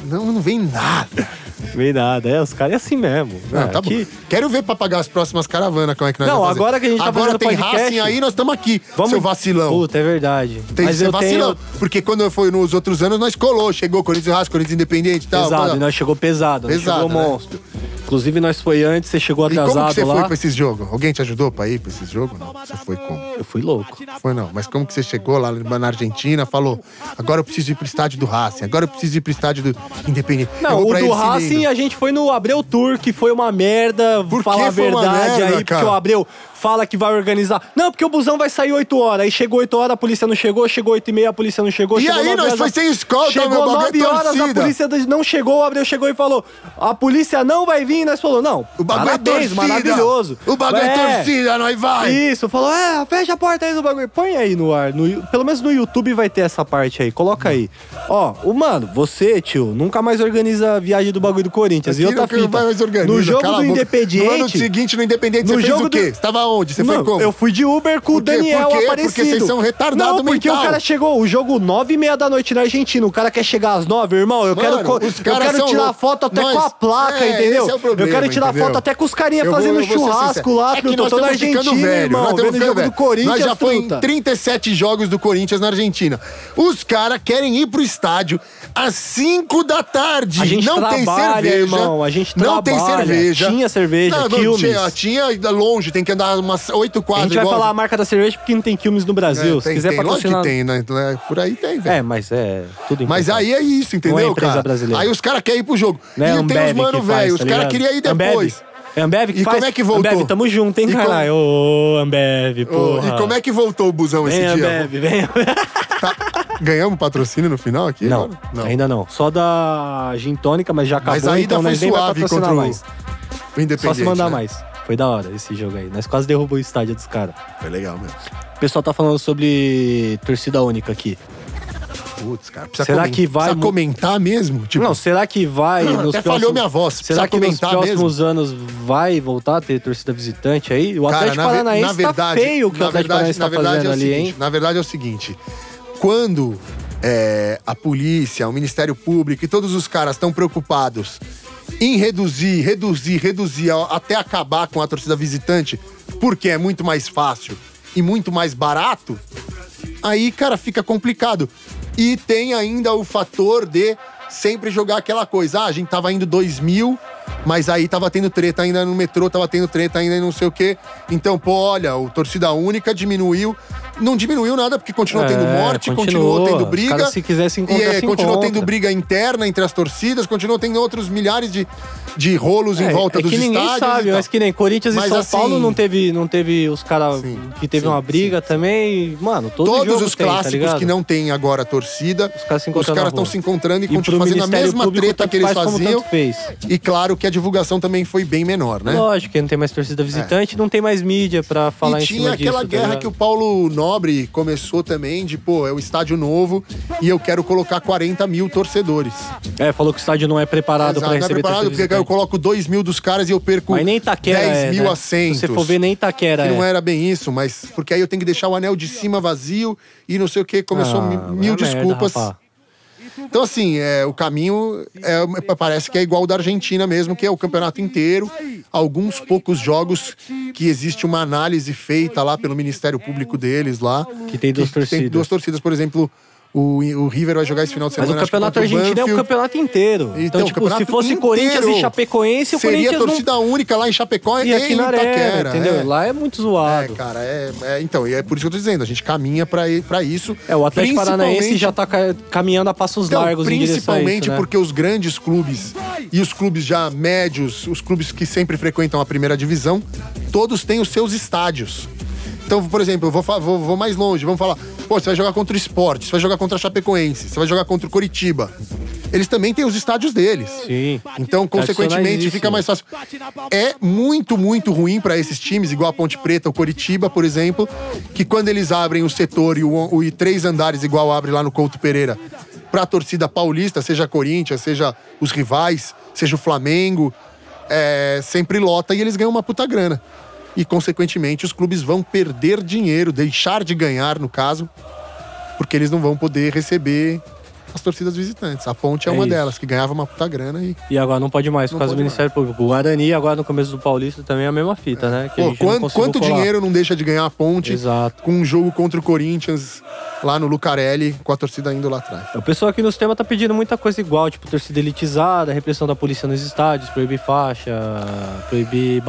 Não, não vem nada.
Vem nada. É, os caras é assim mesmo.
Não,
É,
tá
aqui-
bom. Quero ver pra pagar as próximas caravanas, como é que nós
Não,
vamos fazer.
agora que a gente tá
Agora
fazendo
tem
podcast-
Racing aí, nós estamos aqui, seu vacilão.
Puta, é verdade.
Tem que
Mas
ser
eu
vacilão.
tenho...
Porque quando foi nos outros anos, nós colou. Chegou Corinthians Racing, Corinthians Independente e tal.
Pesado,
tal.
e nós chegou pesado, nós
Pesado,
chegou
né?
monstro. Inclusive, nós foi antes, você chegou
E como que
atrasado
você foi
lá.
pra esses jogos? Alguém te ajudou pra ir pra esses jogos? Não, você foi como?
Eu fui louco.
Foi não, mas como que você chegou lá na Argentina, falou, agora eu preciso ir pro estádio do Racing, agora eu preciso ir pro estádio do Independente. Eu
Não,
vou
o
pra
do
esse
Racing
lindo.
a gente foi no Abreu Tour, que foi uma merda.
Por que
falar a
foi uma
verdade
merda,
aí,
cara?
porque o Abreu fala que vai organizar. Não, porque o busão vai sair 8 horas. Aí chegou 8 horas, a polícia não chegou. Chegou 8 e meia, a polícia não chegou.
E
chegou
aí,
nove
nós
horas,
foi
a-
sem escolta, meu
Chegou
bagulho é
9 horas, a
torcida.
polícia não chegou. O Abreu chegou e falou: a polícia não vai vir. E nós falou: não.
O bagulho
parabéns,
é torcida.
maravilhoso.
O bagulho é, torcida, nós vai.
Isso, falou, é, fecha a porta aí do bagulho. Põe aí no ar. no Yu- pelo menos no YouTube vai ter essa parte aí. Coloca aí. Ó, o mano, você, tio, nunca mais organiza a viagem do bagulho do Corinthians. E
Aquilo
outra
que não
fita.
vai mais organiza,
no jogo
cala a
do
boca.
Independiente.
No ano seguinte, no Independiente,
no
você fez
jogo
o quê?
do-
Você tava onde? Você foi
Mano,
como?
Eu fui de Uber com o
Por quê?
Daniel
Por quê? Porque
Aparecido.
vocês são retardado
Não, porque
mental.
o cara chegou, o jogo 9 e meia da noite na Argentina. O cara quer chegar às 9, irmão. Eu
Mano,
quero, co-
os
eu
caras
quero
são
tirar
loucos.
foto até
Nós-
com a placa,
é,
entendeu?
esse é o problema,
eu quero tirar
entendeu?
foto até com os carinhas
Eu vou-
fazendo
eu vou ser
churrasco
sincero.
lá,
É que
eu tô
nós
toda
estamos ficando
Argentina,
velho, nós
irmão.
estamos
Vendo
ficando
jogo
velho.
do Corinthians,
Nós já foi em
truta.
37 jogos do Corinthians na Argentina. Os caras querem ir pro estádio às 5 da tarde.
A gente
não tem
trabalha,
cerveja.
irmão, a gente
não tem
trabalha.
cerveja.
Tinha cerveja,
não, não
Quilmes.
tinha, tinha longe, tem que andar umas 8
A
quadras.
gente vai
igual-
falar a marca da cerveja porque não tem filmes no
É,
Brasil. Se
tem,
quiser
tem, lógico
patrocinar.
que tem, né? Por aí tem, velho.
É, mas é tudo
Mas
importado.
aí é isso, entendeu,
Não é empresa
cara?
brasileira.
Aí os caras querem ir pro jogo.
Não é
e tem
Ambev
os mano
que faz,
velho,
tá
os caras
ligado?
queriam ir depois.
Ambev. É Ambev que
E
faz?
como é que voltou?
Ambev, tamo junto, hein,
E como-
caralho. Ô, Ambev,
Ô,
porra.
e como é que voltou o busão
Vem,
esse dia?
Ambev, vem.
Tá- Ganhamos patrocínio no final aqui?
Não,
agora?
ainda não. Só da gin tônica, mas já acabou,
Mas a ida
então
foi
nós nem vai
suave
patrocinar
contra o
mais.
O Independente.
Só se mandar
né?
mais. Foi da hora esse jogo aí. Nós quase derrubou o estádio dos caras.
Foi legal mesmo.
O pessoal tá falando sobre torcida única aqui.
Putz, cara. Precisa
Será
comen-
que vai
Precisa
mu-
comentar mesmo? Tipo,
Não, será que vai
Até
nos
falhou
próximos...
minha voz,
Será
precisa
que nos
comentar
próximos anos vai voltar a ter torcida visitante aí? O
cara,
Atlético
na, ve-
Paranaense
na verdade,
tá feio o que o
na
Atlético
verdade,
Paranaense
na
tá
verdade
fazendo
é o
ali,
seguinte,
hein?
Na verdade é o seguinte. Quando é, a polícia, o Ministério Público e todos os caras estão preocupados em reduzir, reduzir, reduzir a- até acabar com a torcida visitante, porque é muito mais fácil e muito mais barato, aí, cara, fica complicado. E tem ainda o fator de sempre jogar aquela coisa. Ah, a gente tava indo 2000, mas aí tava tendo treta ainda no metrô, tava tendo treta ainda em não sei o quê. Então, pô, olha, o torcida única diminuiu. Não diminuiu nada, porque continuou
É,
tendo morte,
continuou.
continuou, tendo
Os
briga.
caras, se quiser se encontrar,
E, é,
se
continuou
encontra.
tendo briga interna entre as torcidas, continuou tendo outros milhares de, de rolos em volta
é
dos
que ninguém
estádios. e
sabe,
tal.
mas que nem Corinthians
Mas
e São
assim-
Paulo não teve, não teve os caras
Sim,
que teve
sim,
uma briga também. Mano, todo
Todos
jogo
os
tem, tá
clássicos
ligado?
que não tem agora torcida, os
caras se encontram na
estão
rua.
se encontrando e,
E pro
continuam fazendo a
Ministério
mesma
Público
treta
tanto
que eles
faz como
faziam.
tanto fez.
E claro que a divulgação também foi bem menor, né?
Lógico, que não tem mais torcida visitante, não tem mais mídia pra falar
e
em cima
tinha aquela
disso, tá
guerra
ligado?
que o Paulo Nobre começou também, de pô, é o estádio novo e eu quero colocar 40 mil torcedores.
É, falou que o estádio não é preparado pra
Exato, não é
receber
preparado,
torcida
porque eu
visitante.
coloco 2 mil dos caras e eu perco
Mas nem Itaquera
10
é,
mil
né?
assentos.
Se você for ver, nem Itaquera
que
é.
não era bem isso, mas porque aí eu tenho que deixar o anel de cima vazio e não sei o que, começou
Ah,
mi-
vai
mil
a merda,
desculpas.
rapá.
Então, assim, é, o caminho é, parece que é igual o da Argentina mesmo, que é o campeonato inteiro, alguns poucos jogos que existe uma análise feita lá pelo Ministério Público deles lá.
Que tem duas
Tem
torcidas.
duas torcidas, por exemplo, o, o River vai jogar esse final de
Mas
semana.
o
acho que
campeonato
contra o
argentino é o
Banfield.
campeonato inteiro. Então,
o
tipo, se
campeonato
fosse Corinthians e
inteiro
Chapecoense, o
Seria
Corinthians
torcida única lá em Chapecó
não... E aqui
em
na arena,
Itaquera.
entendeu?
é.
Lá é muito
É,
zoado.
cara, é, é- Então, e é por isso que eu tô dizendo, a gente caminha pra, i- pra isso.
É, o Atlético Paranaense
principalmente-
já tá ca- caminhando a passos
então,
largos em direção a isso,
Principalmente
né?
porque os grandes clubes e os clubes já médios, os clubes que sempre frequentam a primeira divisão, todos têm os seus estádios. Então, por exemplo, eu vou, fa- vou- vou mais longe, vamos falar, pô, você vai jogar contra o esporte, você vai jogar contra a Chapecoense, você vai jogar contra o Coritiba. Eles também têm os estádios deles.
Sim.
Então, consequentemente, fica mais fácil. É muito, muito ruim para esses times, igual a Ponte Preta, o Coritiba, por exemplo, que quando eles abrem o setor e, o, o- e três andares, igual abre lá no Couto Pereira, para a torcida paulista, seja Corinthians, seja os rivais, seja o Flamengo, é, sempre lota e eles ganham uma puta grana. E, consequentemente, os clubes vão perder dinheiro, deixar de ganhar, no caso, porque eles não vão poder receber as torcidas visitantes. A Ponte é,
É
uma
isso.
delas, que ganhava uma puta grana e
E agora não pode mais, por
Não
causa do
pode
Ministério Público. O Guarani, agora no começo do Paulista, também é a mesma fita, né? Que a
Pô,
gente não
quan-
conseguiu
quanto
colar.
dinheiro não deixa de ganhar a ponte
Exato.
com um jogo contra o Corinthians lá no Lucarelli, com a torcida indo lá atrás.
O pessoal aqui no sistema tá pedindo muita coisa igual, tipo torcida elitizada, repressão da polícia nos estádios, proibir faixa, proibir
É,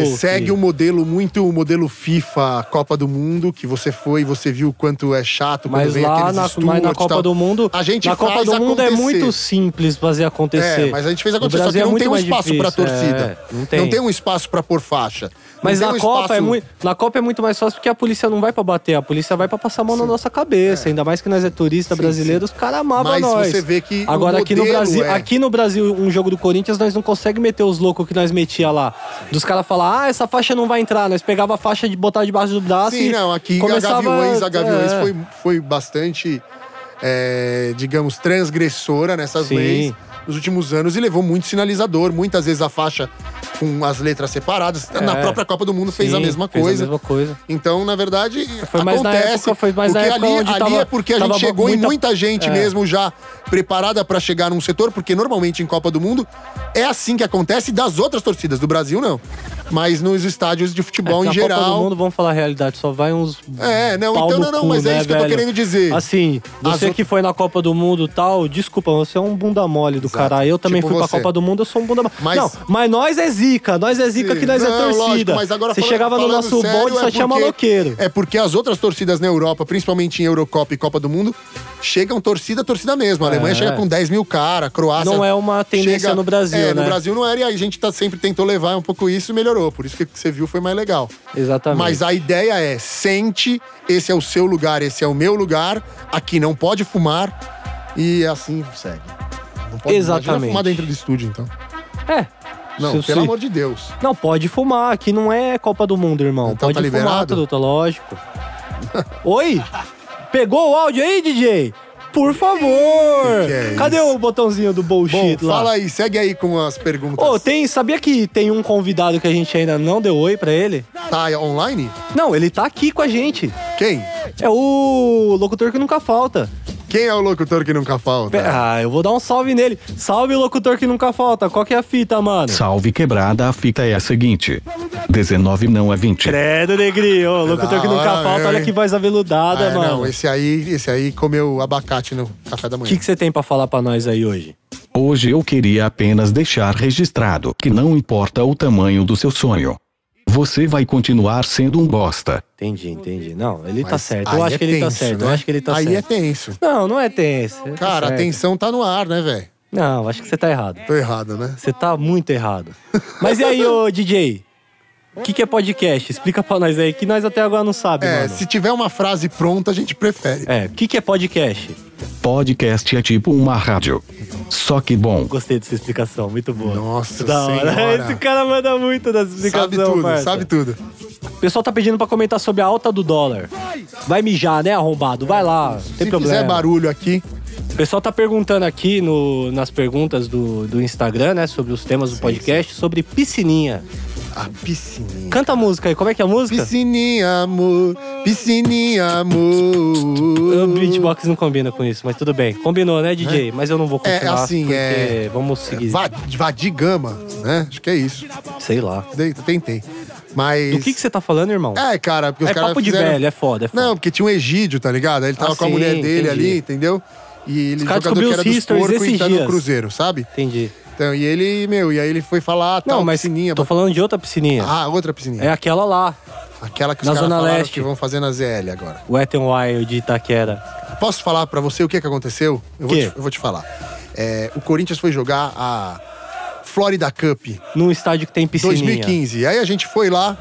batuque.
segue um modelo muito o modelo FIFA Copa do Mundo, que você foi e você viu o quanto é chato quando
Mas
vem
lá
aqueles
na,
Stuart
mas na
e
Copa
tal.
do Mundo,
a gente
na Copa
faz
do Mundo é
acontecer.
muito simples fazer acontecer.
É, mas a gente fez
No
acontecer, só que
Brasil é
não
muito
tem um
mais
espaço pra
difícil,
torcida.
é, não tem.
não tem um espaço pra pôr faixa. Não
Mas
tem
na
um
Copa é
espaço-
muito, na Copa é muito mais fácil porque a polícia não vai pra bater, a polícia vai pra passar a mão na nossa cabeça, ainda mais que nós é turista brasileiro, os caras amavam
Mas
nós.
você vê que o
agora aqui no
modelo
Brasil,
é-
aqui no Brasil, um jogo do Corinthians nós não consegue meter os loucos que nós metia lá. Dos caras falar: "Ah, essa faixa não vai entrar". Nós pegava a faixa de botar debaixo do braço
Sim,
e
não, aqui
Assim, começava
a Gaviões, a Gaviões
é.
foi, foi bastante, é, digamos, transgressora nessas
Sim.
leis nos últimos anos e levou muito sinalizador, muitas vezes a faixa com as letras separadas. Na própria Copa do Mundo fez a
É. Sim,
mesma
fez a
coisa.
mesma coisa.
Então, na verdade,
Foi mais na
acontece.
época- foi mais na
porque
época
ali,
onde
ali
tava-
é porque a gente
tava
chegou em
muita- É.
muita gente mesmo já preparada pra chegar num setor, porque normalmente em Copa do Mundo é assim que acontece das outras torcidas do Brasil não. Mas nos estádios de
É,
futebol
na
em
Copa do
geral,
Mundo, vamos falar a realidade, só vai uns.
É, não,
pau
então
no
não, não,
cu,
mas é
né,
isso que eu tô
velho?
querendo dizer.
Assim,
As
você
outras-
que foi na Copa do Mundo e tal, desculpa, você é um bunda mole do caralho. Eu também
Tipo
fui
você.
pra Copa do Mundo, eu sou um bunda mole.
Mas-
Não, mas nós é zica, nós é zica
Sim.
que nós é
Não,
torcida.
lógico, mas agora
você
falando-
chegava no
falando
nosso
sério,
bonde e só
é
tinha
porque-
maloqueiro.
É porque as outras torcidas na Europa, principalmente em Eurocopa e Copa do Mundo, chegam torcida, torcida mesmo. A Alemanha chega com 10 mil cara, a Croácia.
É. Não é uma tendência no Brasil,
É, no
né?
Brasil não era, e a gente tá, sempre tentou levar um pouco isso e melhorou. Por isso que você viu foi mais legal.
Exatamente.
é- Mas a ideia é: sente, esse é o seu lugar, esse é o meu lugar, aqui não pode fumar, e assim segue. Não pode Imagina
Exatamente.
fumar dentro do estúdio, então.
É.
Não,
Se-
pelo
se-
amor de Deus.
Não, pode fumar, aqui não é Copa do Mundo, irmão.
Então
pode
tá
fumar,
liberado?
truta, lógico. Oi? Pegou o áudio aí, DJ? Por favor!
Que é
Cadê o botãozinho do
Bom,
bullshit lá?
fala aí, segue aí com as perguntas.
Ô, tem, sabia que tem um convidado que a gente ainda não deu oi pra ele?
Tá online?
Não, ele tá aqui com a gente.
Quem?
É o locutor que nunca falta.
Quem é o locutor que nunca
Pe-
falta?
Ah, eu vou dar um salve nele. Salve, locutor que nunca falta. Qual que é a fita, mano?
Salve quebrada, a fita é a seguinte: 19 não é 20.
Credo, Negri. Ô, locutor que
É Da
nunca
hora,
falta.
meu,
Olha
hein?
que voz aveludada,
Ah, é,
mano.
não,
O
esse aí, esse aí comeu abacate no café da manhã.
que que você tem pra falar pra nós aí hoje?
Hoje eu queria apenas deixar registrado que não importa o tamanho do seu sonho, você vai continuar sendo um bosta.
Entendi, entendi. Não, ele
Mas
tá certo.
aí
Eu acho
é
que ele tá
tenso,
certo. Eu
né?
acho que ele tá
aí
certo.
é tenso.
Não, não é tenso. Ele tá
Cara, a
certo.
tensão tá no ar, né, velho?
Não, acho que você tá errado.
Tô errado, né?
Você tá muito errado. Mas e aí, ô DJ? O que, que é podcast? Explica pra nós aí, que nós até agora não sabemos.
É, se tiver uma frase pronta, a gente prefere.
É, o que, que é podcast?
Podcast é tipo uma rádio. Só que bom.
Gostei dessa explicação, muito boa.
Nossa
da hora.
senhora.
Esse cara manda muito dessa explicação,
sabe tudo,
parça.
sabe tudo.
O pessoal tá pedindo pra comentar sobre a alta do dólar. Vai mijar, né, arrombado? Vai lá, não tem
se
problema.
fizer barulho aqui,
O pessoal tá perguntando aqui no- nas perguntas do, do Instagram, né, sobre os temas do podcast, sobre piscininha.
a piscininha.
Canta a música aí, como é que é a música?
Piscininha, amor. Piscininha, amor.
O beatbox não combina com isso, mas tudo bem. Combinou, né, DJ? Mas eu não vou
É,
continuar.
assim,
porque
é-
Vamos seguir.
Vá, vá de gama, né? Acho que é isso.
Sei lá.
Dei- Tentei. Mas.
Do que, que você tá falando, irmão?
É, cara, porque os
É
caras
papo de
fizeram-
velho, é foda, é foda.
Não, porque tinha um Egídio, tá ligado? Aí Ele tava
Ah,
com a
sim,
mulher dele
entendi.
ali, entendeu? E ele
Os caras
jogador que
descobriu os
era dos
histories
porcos e
esses
tá no
dias.
Cruzeiro, sabe?
Entendi.
Então, e ele, meu, e aí ele foi falar, ah,
Não,
tal,
mas
piscininha.
tô falando de outra piscininha.
Ah, outra piscininha.
É aquela lá,
Aquela que os
na
caras
Zona
falaram
Leste.
que vão fazer na ZL agora.
Wet n Wild de Itaquera.
Posso falar pra você o que, que aconteceu? Eu vou,
Quê?
Te, eu vou te falar. É, o Corinthians foi jogar a Florida Cup
Num estádio que tem piscininha.
2015. Aí a gente foi lá,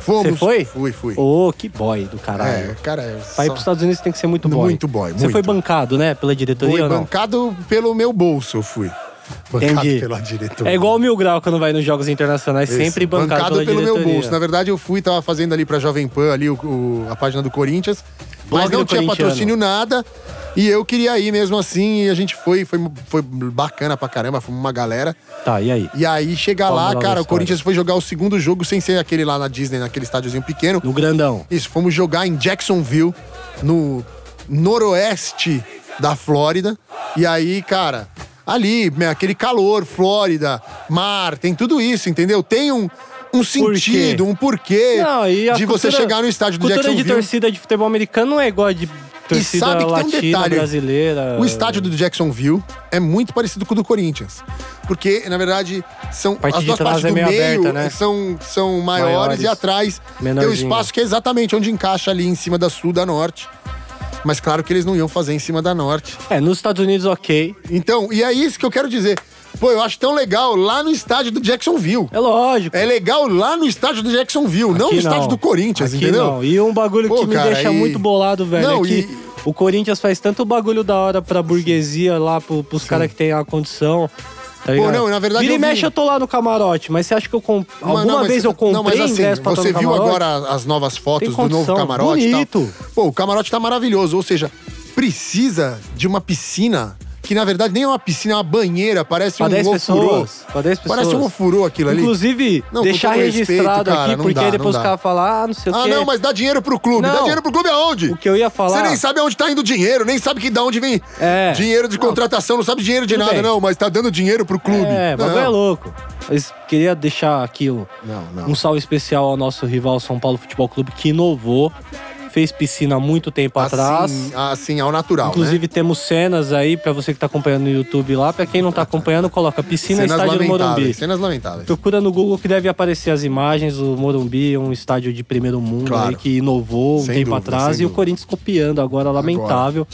fomos.
Você foi?
Fui, fui.
Ô, que boy do caralho.
É, cara, é
Pra ir
só-
pros Estados Unidos tem que ser muito boy.
Muito boy,
Você
muito.
foi bancado, né, pela diretoria
Fui
ou não?
bancado pelo meu bolso, eu fui. Bancado
Entendi.
pela diretoria.
É igual o Mil Grau quando vai nos Jogos Internacionais,
Isso.
sempre bancado, pela
pelo
diretoria.
meu bolso. né? Na verdade, eu fui, tava fazendo ali pra Jovem Pan, ali o- o- a página do Corinthians.
Blog
mas não
do
tinha
corintiano.
patrocínio nada. E eu queria ir mesmo assim. E a gente foi, foi, foi bacana pra caramba, fomos uma galera.
Tá, e aí?
E aí chega
Qual a
lá,
moral da
cara, o
história?
Corinthians foi jogar o segundo jogo sem ser aquele lá na Disney, naquele estádiozinho pequeno.
No grandão.
Isso, fomos jogar em Jacksonville, no noroeste da Flórida. E aí, cara, ali, né, aquele calor, Flórida, mar, tem tudo isso, entendeu? Tem um, um sentido, um porquê
Não, e a
de você
cultura-
chegar no estádio do
cultura de
Jacksonville.
torcida de futebol americano não é igual a de
E
torcida
sabe que tem um
latina
detalhe.
brasileira.
O estádio do Jacksonville é muito parecido com o do Corinthians. Porque, na verdade, são
parte
as
de
duas
trás
partes
é
do
meio
meio
aberta, né?
são, são maiores,
Maiores.
e atrás tem um
Menorzinho.
espaço que é exatamente onde encaixa ali em cima da sul, da norte. Mas claro que eles não iam fazer em cima da norte.
É, nos Estados Unidos, ok.
Então, e é isso que eu quero dizer. Pô, eu acho tão legal lá no estádio do Jacksonville.
É lógico.
É legal lá no estádio do Jacksonville, não no
Aqui
estádio do Corinthians,
Aqui
entendeu?
não. E um bagulho
Pô,
que me
cara,
deixa
e-
muito bolado, velho,
Não,
é que
e-
o Corinthians faz tanto bagulho da hora pra burguesia lá, pro, pros caras que tem a condição. Tá ligado?
não, na verdade
Vira e
eu vi-
mexe, eu tô lá no camarote, mas você acha que eu comp...
Mas
alguma
não, mas-
vez eu comprei
Não, mas assim,
ingresso pra estar
você
no
viu
camarote?
agora as novas fotos
Tem
do novo
condição.
camarote e tal?
Bonito.
Pô, o camarote tá maravilhoso, ou seja, precisa de uma piscina, que na verdade nem é uma piscina, é uma banheira, parece
Pra
um
10
ofurô.
pessoas. Pra 10 pessoas.
Parece um ofurô aquilo ali.
Inclusive,
Não, com
deixar
todo respeito,
registrado
cara,
aqui,
não
porque
dá,
aí depois
não
o
dá.
cara fala, ah, não sei o
Ah,
quê.
não, mas dá dinheiro pro clube. Dá
Não.
dinheiro pro clube aonde?
O que eu ia falar...
Você nem sabe aonde tá indo dinheiro, nem sabe que da onde vem
É.
dinheiro de contratação, não sabe dinheiro de
Tudo
nada,
bem.
não, mas tá dando dinheiro pro clube.
É,
não.
bagulho é louco. Mas queria deixar aqui o- um salve especial ao nosso rival São Paulo Futebol Clube, que inovou, fez piscina há muito tempo atrás.
Assim, assim, ao natural. né?
Inclusive, temos cenas aí pra você que tá acompanhando no YouTube lá. Pra quem não tá acompanhando, coloca piscina
cenas
estádio do Morumbi.
lamentáveis. Cenas lamentáveis.
Procura no Google que deve aparecer as imagens. O Morumbi é um estádio de primeiro mundo
Claro.
aí que inovou um
Sem
tempo
dúvida,
atrás
sem
e o
dúvida.
Corinthians copiando agora, lamentável.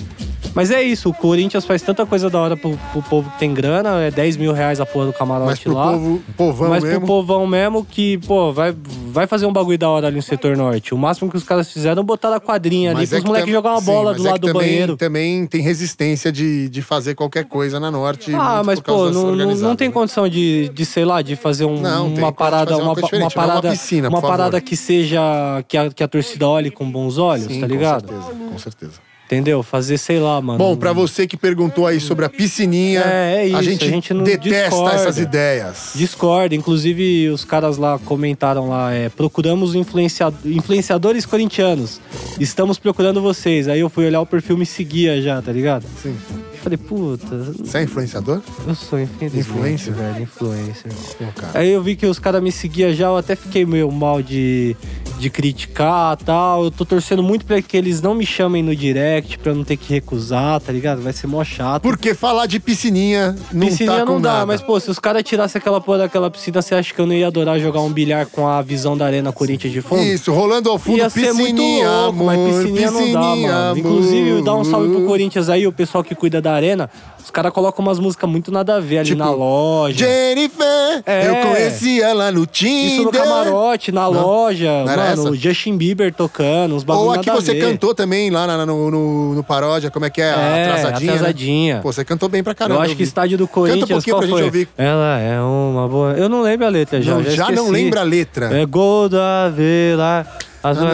Mas é isso, o Corinthians faz tanta coisa da hora pro, pro povo que tem grana, é 10 mil reais a porra do camarote
Mas pro
lá.
povo, povão
mas
mesmo.
pro povão mesmo que, pô, vai, vai fazer um bagulho da hora ali no setor norte. O máximo que os caras fizeram é botar a quadrinha ali
Mas é
pros
que
moleques
tam-
jogar uma
sim,
bola
mas
do
é
lado
que
do
também,
banheiro.
Também tem resistência de, de fazer qualquer coisa na Norte.
Ah,
muito
mas
por causa
pô,
dessa
não, não, não
organizada,
tem
né?
condição de, de, sei lá, de fazer um-
Não, tem
uma
como
parada,
fazer uma
uma,
coisa
uma
diferente, não é uma
parada,
piscina, por
uma
favor.
parada que seja que a, que a torcida olhe com bons olhos,
Sim,
tá ligado?
Com certeza, com certeza.
Entendeu? Fazer, sei lá, mano.
Bom, pra você que perguntou aí sobre a piscininha,
É, é isso,
a, gente
a gente não
detesta
discorda.
essas ideias.
Discorda, inclusive os caras lá comentaram lá, é, procuramos influencia- influenciadores corintianos, estamos procurando vocês. Aí eu fui olhar o perfil me seguia já, tá ligado?
Sim.
Falei, puta,
Você é influenciador?
eu sou influencer.
Influencer?
velho, influencer.
Não, cara.
Aí eu vi que os caras me seguiam já, eu até fiquei meio mal de, de criticar e tal. Eu tô torcendo muito pra que eles não me chamem no direct, pra eu não ter que recusar, tá ligado? Vai ser mó chato.
Porque falar de piscininha não
piscina
tá com
não dá,
nada.
mas pô, se os caras tirassem aquela porra daquela piscina, você acha que eu não ia adorar jogar um bilhar com a visão da Arena Corinthians de fundo?
Isso, rolando ao fundo,
Ia ser muito
piscininha,
louco,
amor,
mas piscininha, não dá, mano.
amor.
Inclusive, dá um salve pro Corinthians aí, o pessoal que cuida da arena. Os caras colocam umas músicas muito nada a ver ali
Tipo,
na loja.
Jennifer,
É.
eu conheci ela no Tinder.
Isso no camarote, na loja,
Não era essa?
mano, o Justin Bieber tocando, uns bagulho
Ou a que
nada a
você
ver.
cantou também lá na- no, no, no paródia, como é que é?
É,
atrasadinha. né?
Atrasadinha.
Pô, você cantou bem pra caramba.
eu acho que
vi.
estádio do
né, Canta um
Corinthians,
pouquinho
qual
pra gente
foi?
ouvir.
Ela é uma boa... Eu não lembro a letra já,
Não,
já,
já
esqueci.
não lembra a letra.
É gol da Vila... As...
né?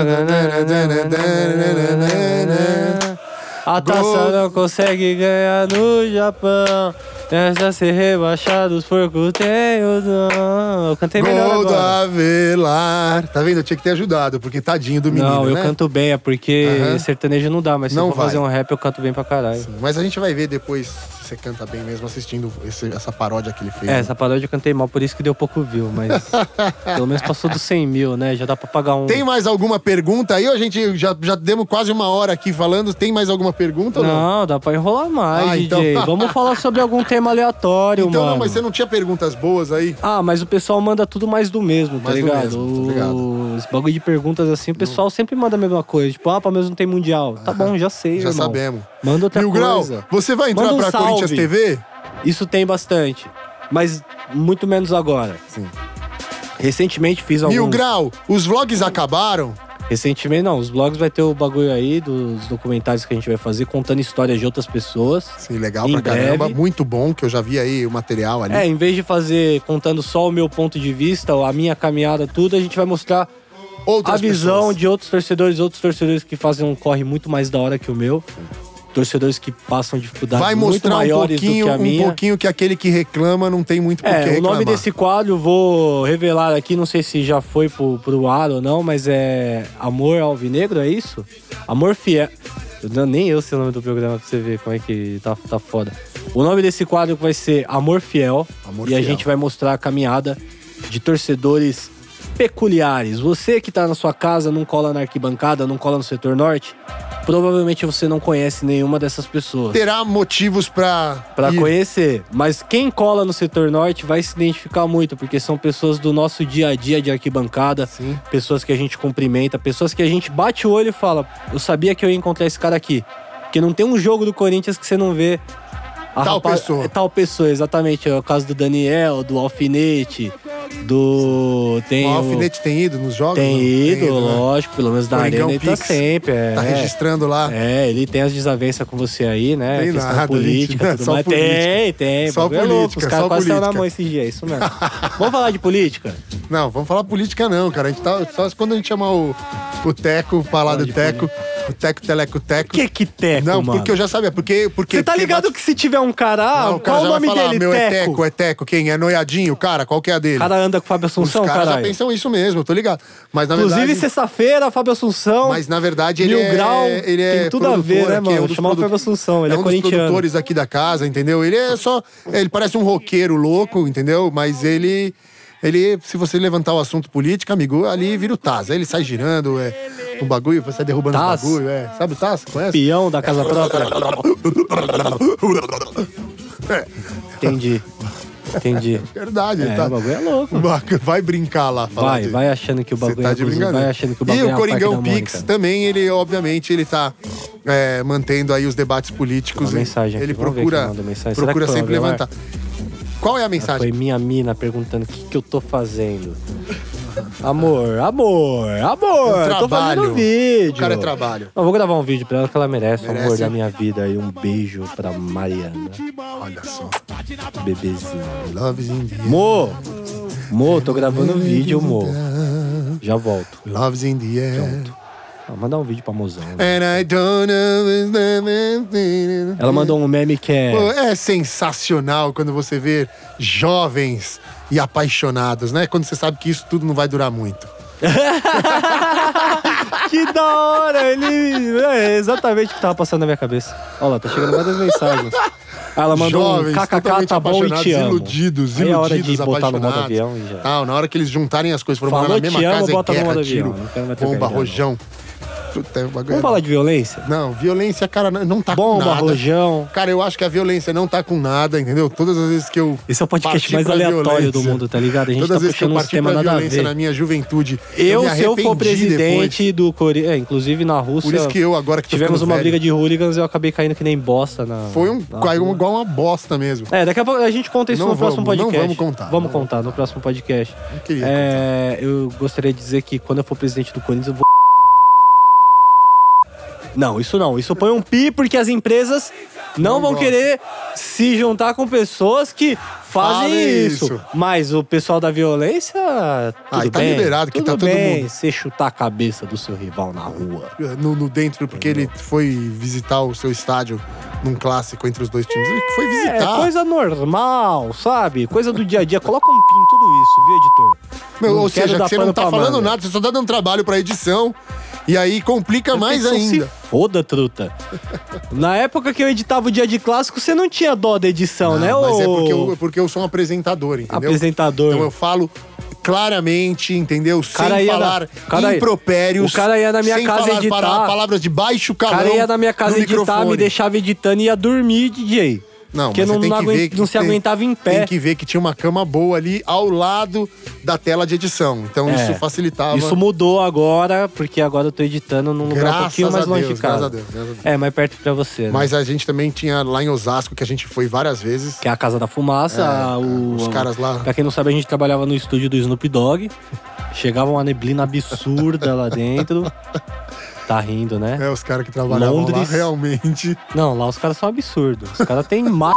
A taça
Gol-
não consegue ganhar no Japão. Essa ser rebaixados porco tem o dom. Eu cantei É melhor
Gol
agora.
da Avelar. Tá vendo? Eu tinha que ter ajudado, porque tadinho do menino,
não, eu
né?
canto bem, é porque
Aham.
sertanejo não dá, mas se
Não
eu for
vai.
fazer um rap, eu canto bem pra caralho.
Mas a gente vai ver depois se você canta bem mesmo assistindo esse- essa paródia que ele fez. né?
É, essa paródia eu cantei mal, por isso que deu pouco view, mas pelo menos passou dos 100 mil, né? Já dá pra pagar um.
Tem mais alguma pergunta aí? A gente já, já demos quase uma hora aqui falando. Tem mais alguma pergunta ou não?
Não, dá pra enrolar mais,
Ah, então.
DJ. Vamos falar sobre algum tema aleatório,
Então,
mano.
não, mas você não tinha perguntas boas aí?
Ah, mas o pessoal manda tudo mais do mesmo, tá
Mais do
ligado?
mesmo, tá ligado.
O- Esse bagulho de perguntas assim, o pessoal sempre manda a mesma coisa. Tipo, ah, Palmeiras não tem mundial. Tá bom, já sei,
Já
irmão.
sabemos.
Manda outra
Mil Grau,
coisa.
você vai entrar
Manda um
pra
salve.
Corinthians TV?
Isso tem bastante, mas muito menos agora.
Sim.
Recentemente fiz alguns...
Mil Grau, os vlogs acabaram?
Recentemente, não. Os blogs vai ter o bagulho aí dos documentários que a gente vai fazer, contando histórias de outras pessoas.
Sim, legal
Em
pra caramba.
breve.
Muito bom, que eu já vi aí o material ali.
É, em vez de fazer contando só o meu ponto de vista, ou a minha caminhada, tudo, a gente vai mostrar
Outras
a visão
pessoas.
de outros torcedores, outros torcedores que fazem um corre muito mais da hora que o meu. Torcedores que passam dificuldades
Vai
muito
mostrar um
maiores
pouquinho,
do que a
um
minha.
pouquinho que aquele que reclama não tem muito por que
É, o
reclamar.
nome desse quadro vou revelar aqui, não sei se já foi pro, pro ar ou não, mas é Amor Alvinegro, é isso? Amor Fiel. Eu não- nem eu sei o nome do programa pra você ver como é que tá, tá foda. O nome desse quadro vai ser Amor Fiel.
Amor
e a
Fiel.
gente vai mostrar a caminhada de torcedores peculiares. Você que tá na sua casa, não cola na arquibancada, não cola no setor norte, provavelmente você não conhece nenhuma dessas pessoas.
Terá motivos pra.
Pra
ir.
conhecer. Mas quem cola no setor norte vai se identificar muito, porque são pessoas do nosso dia a dia de arquibancada, pessoas que a gente cumprimenta, pessoas que a gente bate o olho e fala: Eu sabia que eu ia encontrar esse cara aqui. Porque não tem um jogo do Corinthians que você não vê. a
Tal
rapa-
pessoa.
é Tal pessoa, exatamente. É o caso do Daniel, do Alfinete, do. Tem
O
o-
alfinete tem ido nos jogos?
Tem
não?
ido,
né?
lógico, pelo menos na
Coringão
arena ele tá
Pix.
sempre. É,
Tá registrando lá.
é, ele tem as desavenças com você aí, né?
Tem
questão
nada,
política,
gente. né?
tudo
Só
mais.
política.
Tem, tem.
Só
bagulho é louco,
política,
Os caras
só
quase saíram na
política.
mão esse dia, é isso mesmo. Vamos falar de política?
Não, vamos falar política não, cara. A gente tá. Só quando a gente chamar o, o Teco, falar do Teco, o Teco Teleco Teco.
Que que teco,
Não,
mano?
porque eu já sabia. Porque. porque
Você tá
porque
ligado
bate-
que se tiver um cara, ah,
Não, o cara
qual
já
o
vai
nome
falar,
dele?
meu é
teco.
Teco, é Teco. Quem? É noiadinho? Cara, qual que é a dele?
O cara anda com o Fábio
Os
Assunção,
caras já
um caralho.
pensam isso mesmo, eu tô ligado. Mas na
Inclusive,
verdade.
sexta-feira, Fábio Assunção.
Mas na verdade ele
Mil
é.
Grau,
ele é
tem tudo a ver,
produtor
né,
aqui, é
mano?
dos
Chamar o Fábio
produ-
Assunção, ele é
um dos
corintiano.
produtores aqui da casa, entendeu? Ele é só. Ele parece um roqueiro louco, entendeu? Mas ele. Ele, se você levantar o assunto política, amigo, ali vira o Taz. Aí ele sai girando, é, um bagulho, você sai derrubando o
Taz?
bagulho, é. Sabe o Taz? Conhece?
Peão da casa própria. Entendi. Entendi.
Verdade,
É,
tá.
o bagulho é louco.
Vai brincar lá, falar
Vai,
de-
vai achando que o
Você
bagulho
tá
é
de
abusivo,
brincadeira.
Vai achando que o
e
bagulho é
o
a Parque
Coringão
da
Pix
Mônica.
também, ele obviamente ele tá é, mantendo aí os debates políticos.
Uma
hein?
mensagem aqui,
ele
vamos ver
procura,
quem mandou mensagem. Será
procura
que foi
sempre
o Abelar?
levantar. Qual é a
Foi
mensagem?
minha mina perguntando o que, que eu tô fazendo. Amor, amor, amor.
Eu
tô
trabalho.
fazendo um vídeo.
O cara é trabalho.
Eu vou gravar um vídeo pra ela que ela merece. O amor
Merece.
da minha vida. E um beijo pra Mariana.
Olha só.
Bebezinho.
Loves in the air.
Mo! Mo, tô gravando um vídeo, Mo. Já volto.
Loves in the air.
Ah, mandar um vídeo pra mozão. né?
And I don't know his name.
Ela mandou um meme que é...
Pô, É sensacional quando você vê jovens e apaixonados, né? Quando você sabe que isso tudo não vai durar muito.
Que da hora! Ele. É exatamente o que tava passando na minha cabeça. Olha lá, tá chegando várias mensagens. Ah, ela mandou
Jovens,
um kkk,
totalmente
tá bom e
apaixonados,
te amo.
iludidos,
Aí é a hora
iludidos,
de botar no modo
apaixonados. Tá
avião e já.
Tal, na hora que eles juntarem as coisas pra morar
Falou,
na mesma
te amo,
casa,
bota
é
no modo
guerra,
avião.
tiro,
Não quero mais trocar
bomba,
ideia, não.
rojão. Puta, é um bagulho-
Vamos falar de violência?
Não, violência, cara, não- não tá
Bomba,
com nada.
rojão.
Cara, eu acho que a violência não tá com nada, entendeu? Todas as vezes que eu
Esse é o podcast
parti
mais
pra
aleatório
violência,
do mundo, tá ligado? A gente
todas
tá
as vezes que eu
puxando uns
parti
temas
pra
nada a
violência
ver.
na minha juventude,
Eu,
me
se eu for
arrependi
presidente
depois.
do Corinthians. É, inclusive na Rússia.
Por isso que eu, agora que tô
Tivemos
ficando
uma
velho.
briga de hooligans e eu acabei caindo que nem bosta na.
Foi um,
na
caiu
rua.
igual uma bosta mesmo.
É, daqui a pouco a gente conta isso
Não
no próximo
vamos, não
podcast.
vamos contar.
Vamos
Não.
contar no próximo podcast.
queria
É, Eu gostaria de dizer que quando eu for presidente do Corinthians, eu vou. Não, isso não. Isso põe um pi porque as empresas não, vão
gostam.
querer se juntar com pessoas que fazem
Fazem
isso.
isso.
Mas o pessoal da violência. Tudo
aí tá
bem,
liberado, que
tudo
tá todo
bem
mundo.
Você chutar a cabeça do seu rival na rua.
no, no dentro, porque ele foi visitar o seu estádio num clássico entre os dois times. Ele foi
É
visitar.
coisa normal, sabe? Coisa do dia a dia. Coloca um pin em tudo isso, viu, editor?
Meu,
Não
ou
quero
seja,
dar
que você não
pano
tá
pra
falando
manga.
nada, você só tá dando trabalho pra edição. E aí complica mais
Então
ainda.
Se foda, truta. Na época que eu editava o Dia de Clássico, você não tinha dó da edição, né?
Ah, mas é
ô-
porque eu, é porque eu sou um apresentador, entendeu?
Apresentador.
Então eu falo claramente, entendeu? Sem
cara ia na-
falar
o cara ia-
impropérios.
o cara ia na minha
sem
casa
falar
editar.
para- palavras de baixo
O
calão.
cara ia na minha casa
no
editar, me
microfone.
deixava editando e ia dormir, DJ.
Não,
porque
mas
não,
você tem
não
que
aguenta-
ver que
não se
tem-
aguentava em pé.
Tem que ver que tinha uma cama boa ali ao lado da tela de edição. Então
É.
isso facilitava.
Isso mudou agora, porque agora eu tô editando num lugar
Graças
um pouquinho mais
a
longe
Deus,
de casa.
graças a Deus, graças a Deus.
É, mais perto pra você, né?
Mas a gente também tinha lá em Osasco, que a gente foi várias vezes.
Que é a Casa da Fumaça. a- o-
os caras lá.
Pra quem não sabe, a gente trabalhava no estúdio do Snoop Dogg. Chegava uma neblina absurda lá dentro. Tá rindo, né?
É, os caras que trabalhavam lá
Londres.
realmente.
Não, lá os caras são absurdos. Os caras têm ma...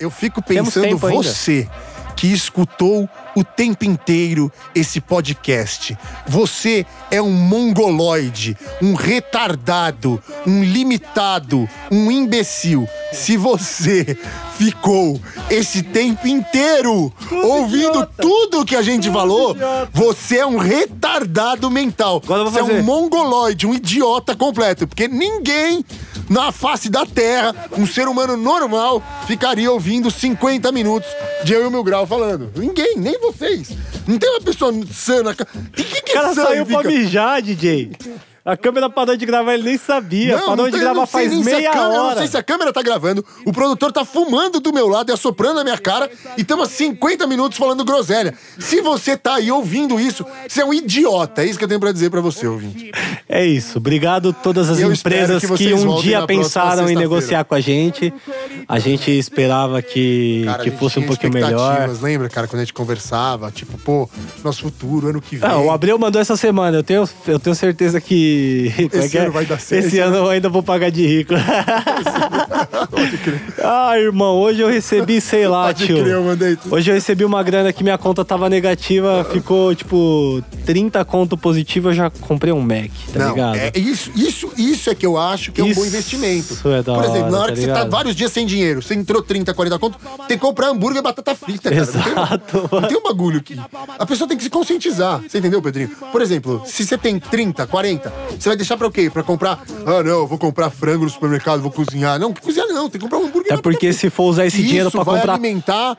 Eu fico
Temos
pensando
tempo ainda.
você que escutou o tempo inteiro esse podcast. Você é um mongoloide, um retardado, um limitado, um imbecil. Se você ficou esse tempo inteiro ouvindo tudo que a gente falou, você é um retardado mental.
Agora eu vou
você é
fazer.
um mongoloide, um idiota completo, porque ninguém na face da Terra, um ser humano normal, ficaria ouvindo 50 minutos de eu e o Mil Grau falando. Ninguém, nem vocês. Não tem uma pessoa sã na ca- Tem que
O
que
cara
sã
saiu
fica...
pra mijar, DJ. A câmera parou de gravar, ele nem sabia. parou de
tem-
gravar
sei
faz
nem se a
meia
câmera- eu
hora.
não sei se a câmera tá gravando, o produtor tá fumando do meu lado e assoprando na minha cara, e estamos 50 minutos falando groselha. Se você tá aí ouvindo isso, você é um idiota. É isso que eu tenho pra dizer pra você, ouvinte.
É isso. Obrigado a todas as
Eu espero
empresas
que
que,
vocês
um
voltem
dia
na próxima
pensaram em
sexta-feira.
negociar com a gente. A gente esperava que,
Cara, a
que
gente
fosse um
tinha
pouquinho
expectativas,
melhor.
Lembra, cara, quando a gente conversava, tipo, pô, nosso futuro, ano que vem.
Ah, o Abreu mandou essa semana. Eu tenho, eu tenho certeza que. como é
Esse
que é?
ano vai dar certo. né?
Esse ano eu ainda vou pagar de rico. ah, irmão, hoje eu recebi, sei lá,
Pode
tio.
crer, eu mandei tudo.
Hoje eu recebi uma grana que minha conta tava negativa, ficou tipo 30 conto positivo, eu já comprei um Mac, tá
Não,
ligado?
é isso, isso, isso é que eu acho que é um bom
Isso
investimento.
é da
Por exemplo,
hora,
na hora
tá
que você tá
ligado?
vários dias sem dinheiro, você entrou 30, 40 conto, tem que comprar hambúrguer e batata frita, cara.
Exato,
Não tem, não tem um bagulho que. A pessoa tem que se conscientizar. Você entendeu, Pedrinho? Por exemplo, se você tem 30, 40, você vai deixar pra o quê? Pra comprar. Ah, não, eu vou comprar frango no supermercado, vou cozinhar. Não, cozinhar não, tem que comprar um hambúrguer.
Até
na
É porque
batata
se for usar esse
isso
dinheiro pra
vai
comprar.
alimentar.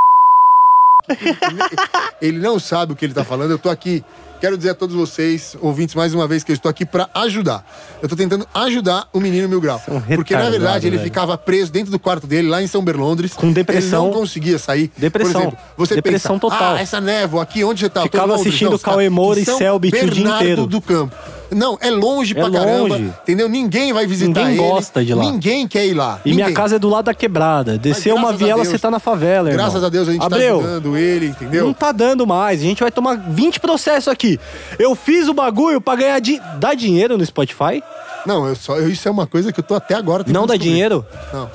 ele não sabe o que ele tá falando. Eu tô aqui. Quero dizer a todos vocês, ouvintes, mais uma vez, que eu estou aqui pra ajudar. Eu tô tentando ajudar o menino Mil Grau.
um
Porque, na
retardado,
verdade, ele
velho.
ficava preso dentro do quarto dele, lá em São Berlondres.
Com depressão.
Ele não conseguia sair.
Depressão.
Por exemplo, você
Depressão
pensa,
total.
Ah, essa névoa aqui, onde você tá? Eu tô em
Ficava
Londres.
assistindo
Não, você tá
Cauê Moura
em
e
São
Selbit o dia
Bernardo
inteiro.
do campo. Não, é longe
É
pra
longe.
caramba. Entendeu? Ninguém vai visitar
Ninguém
ele.
gosta de lá.
Ninguém quer ir lá.
E minha
Ninguém.
casa é do lado da quebrada. Descer uma
graças a
viela,
Deus.
você tá na favela, irmão.
Graças a Deus a gente
Abreu,
tá ajudando ele,
Não
entendeu?
tá dando mais. A gente vai tomar 20 processos aqui. Eu fiz o bagulho pra ganhar di dar dinheiro no Spotify?
Não, eu só, eu- isso é uma coisa que eu tô até agora tentando
Não dá
descobrir.
dinheiro?
Não.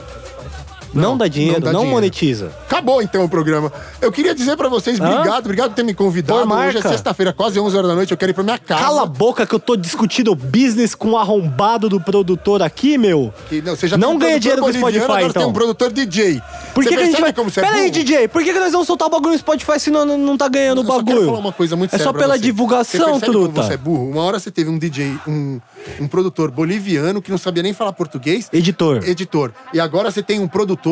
Não,
Não,
dá dinheiro,
não
não,
dá dinheiro.
monetiza.
Acabou então o programa. Eu queria dizer pra vocês,
Hã?
obrigado, obrigado por ter me convidado.
Pô, marca.
Hoje é sexta-feira, quase 11 horas da noite, eu quero ir pra minha casa.
Cala a boca que eu tô discutindo business com o arrombado do produtor aqui, meu.
Que- não, você já
Não
tem um
ganha
produtor
dinheiro com o
boliviano,
Spotify,
agora tem
então.
um produtor
Por
DJ. você
que, que a gente
percebe
vai.
como você é
Pera aí,
burro?
DJ, por que, que nós vamos soltar o bagulho no Spotify se não, não tá ganhando o
Eu só
bagulho?
quero falar uma coisa muito
é
séria
só
pra
pela
você. você
divulgação,
percebe
truta.
Como você é burro. Uma hora você teve um DJ, um, um produtor boliviano que não sabia nem falar português.
Editor.
Editor. E agora você tem um produtor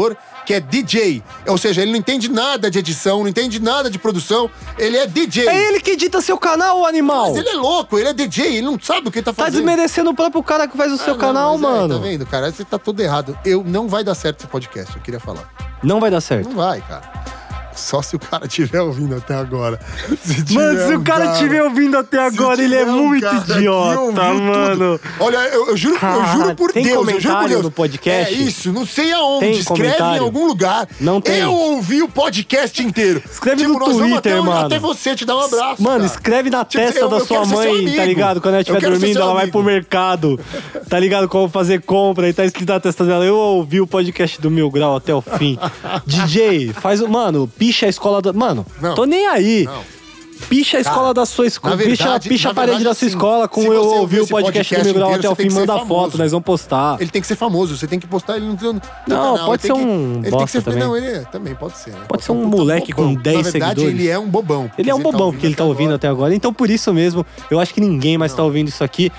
que é DJ. Ou seja, ele não entende nada de edição, não entende nada de produção. Ele é DJ.
É ele que edita seu canal, ô animal.
Mas ele é louco, ele é DJ, ele não sabe o que ele tá
Tá
fazendo.
desmerecendo o próprio cara que faz o
Ah,
seu
não,
canal,
mas é,
mano.
tá vendo, cara? Você tá todo errado. Eu não vai dar certo esse podcast, eu queria falar.
não vai dar certo.
Não vai, cara. Só se o cara estiver ouvindo até agora. Se
Mano,
tiver
se
um
o cara tiver ouvindo até
Se
agora, ele é
tiver um
muito
cara que ouviu
idiota,
tudo. tá.
mano.
Olha, eu, eu juro, eu
Ah,
juro por
tem
Deus, eu juro por
comentário
Deus.
no podcast?
É isso, não sei aonde,
Tem
escreve
comentário?
em algum lugar.
Não tem.
Eu ouvi o podcast inteiro. Tipo,
Escreve no
nós vamos
Twitter,
até,
mano.
Até você te dar um abraço,
Mano,
cara.
escreve na
Tipo,
testa
eu-
da
eu
sua
quero ser seu
mãe,
amigo.
tá ligado? Quando ela
Eu
estiver
quero ser
dormindo,
seu
ela vai
amigo.
pro mercado, tá ligado? Como fazer compra e tá escrito na testa dela. Eu ouvi o podcast do Mil Grau até o fim. DJ, faz o. Mano, picha a escola da. Mano,
Não.
tô nem aí.
Não.
Picha a escola
Cara,
da sua escola.
na
Picha,
verdade-
picha a
na
parede
verdade,
da sua
sim.
escola com
Se
eu
você
ouvi
ouvir
o
esse
podcast do
podcast
Mil Grau
inteiro,
até o
você tem
fim.
que ser
Manda foto,
famoso.
nós vamos postar.
Ele tem que ser famoso, você tem que postar ele no teu, no teu
Não,
canal,
pode
ele tem
ser
que-
um
Ele tem
bosta
que ser.
também.
Não, ele é, também pode ser. né? Pode,
ser um
puta
moleque com
bobão.
10
Na verdade,
seguidores.
ele é um bobão.
Ele é um
tá
bobão porque ele tá ouvindo
agora.
até agora. Então, por isso mesmo, eu acho que ninguém mais tá ouvindo isso aqui.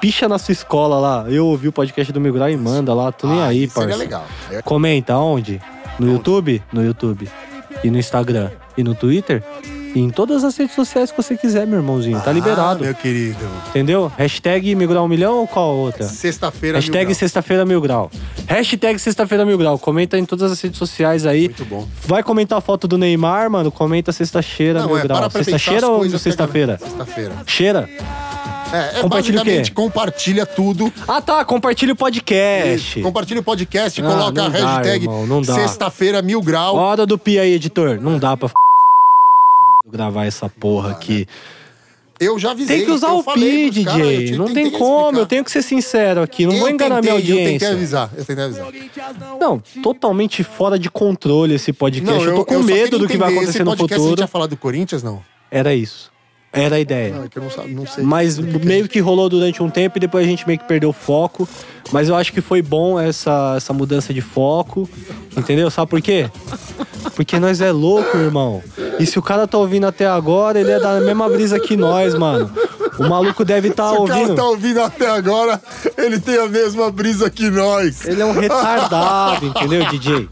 Picha na sua escola lá. Eu ouvi o podcast do Mil Grau e manda lá. Tô nem
Ah,
aí,
isso seria
parça.
legal. É-
Comenta onde? No YouTube? No YouTube. E no Instagram? E no Twitter? E em todas as redes sociais que você quiser, meu irmãozinho. Tá liberado.
Ah, meu querido.
Entendeu? Hashtag Mil Grau um Milhão ou qual a outra?
Sexta-feira, mil
Hashtag
graus.
sexta-feira mil grau. Hashtag sexta-feira mil grau. Comenta em todas as redes sociais aí.
Muito bom.
Vai comentar a foto do Neymar, mano? Comenta sexta-cheira mil
Não, é,
grau.
para pra
Sexta-cheira
pensar as
ou
coisas,
sexta-feira?
pega- Sexta-feira.
Cheira?
É, é
Compartilha o quê?
basicamente compartilha tudo.
Ah tá, compartilha o podcast.
Compartilha o podcast,
Ah,
coloca a
não dá,
hashtag
irmão, não dá.
sexta-feira mil grau.
Hora do pi aí, editor. Não dá pra f- gravar essa porra aqui.
Eu já avisei.
Tem que usar
eu
o
falei
pi,
pros caras, eu
DJ.
te-
Não
tentei
tem como,
explicar.
eu tenho que ser sincero aqui. Não
Eu
vou enganar minha
tentei, Eu tentei
audiência.
avisar, eu tentei avisar.
Não, totalmente fora de controle esse podcast. eu, tô com
só
medo
queria
do que vai
entender,
acontecer no
Esse podcast a gente
futuro.
ia falar do Corinthians, não?
Era isso. Era a ideia.
Não, é que eu não, sa- não sei.
Mas meio que rolou durante um tempo e depois a gente meio que perdeu o foco. Mas eu acho que foi bom essa, essa mudança de foco. Entendeu? Sabe por quê? Porque nós é louco, irmão. E se o cara tá ouvindo até agora, ele é da mesma brisa que nós, mano. O maluco deve estar
Se o cara
ouvindo.
tá ouvindo até agora, ele tem a mesma
é
brisa que nós.
Ele é um retardado, entendeu, DJ?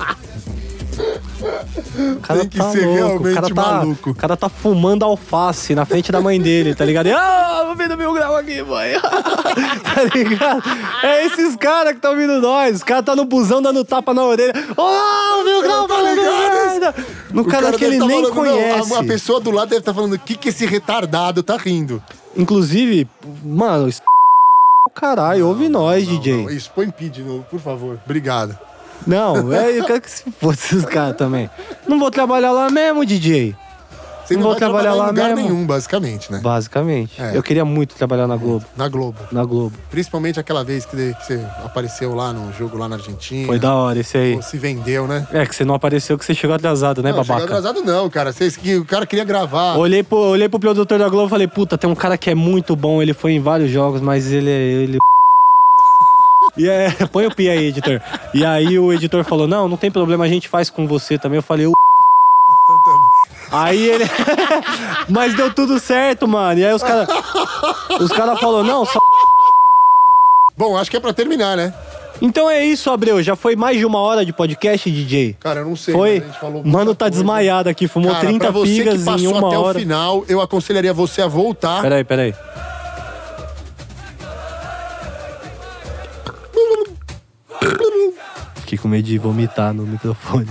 O cara
Tem que
tá
ser
louco,
realmente
o cara tá,
maluco.
O cara tá fumando alface na frente da mãe dele, tá ligado? E, ah, vou vindo mil grau aqui, mãe. tá ligado? É esses caras que estão vindo nós. O cara tá no busão dando tapa na orelha. Ô, mil grau,
tá
falando
ligado?
merda. No
O
um cara, que
deve
ele
tá
nem
falando, não, a-
conhece.
a, pessoa do lado deve estar falando, o que, que esse retardado tá rindo?
Inclusive, mano, isso- caralho, ouve nós, DJ.
Não, isso, põe PID de novo, por favor. Obrigado.
Não, é, eu quero que se fosse esses caras também. Não vou trabalhar lá mesmo, DJ.
Você
Não vou
não, vai trabalhar,
trabalhar lá
em lugar
mesmo.
nenhum, basicamente, né?
Basicamente.
É.
Eu queria muito trabalhar na Globo.
Na Globo.
Na Globo.
Principalmente aquela vez que que você apareceu lá no jogo lá na Argentina.
Foi da hora esse aí.
Pô, Se vendeu, né?
É que você não apareceu que você chegou atrasado, né,
Não, chegou
babaca?
atrasado não, cara. Vocês que o cara queria gravar.
Olhei pro, olhei pro produtor da Globo e falei, puta, tem um cara que é muito bom, ele foi em vários jogos, mas ele é. Ele... E é, põe o pi aí, editor. E aí o editor falou: Não, não tem problema, a gente faz com você também. Eu falei, o. Aí ele. Mas deu tudo certo, mano. E aí os caras. Os caras falaram, não, só.
Bom, acho que é pra terminar, né?
Então é isso, Abreu. Já foi mais de uma hora de podcast, DJ.
Cara, eu não sei.
Foi?
mas a gente falou
Mano,
muita
tá
coisa.
desmaiado aqui, fumou
Cara,
30
pra você
pigas
que
em
passou
uma
até
hora.
o final, eu aconselharia você a voltar.
Peraí, peraí. Fiquei com medo de vomitar no microfone.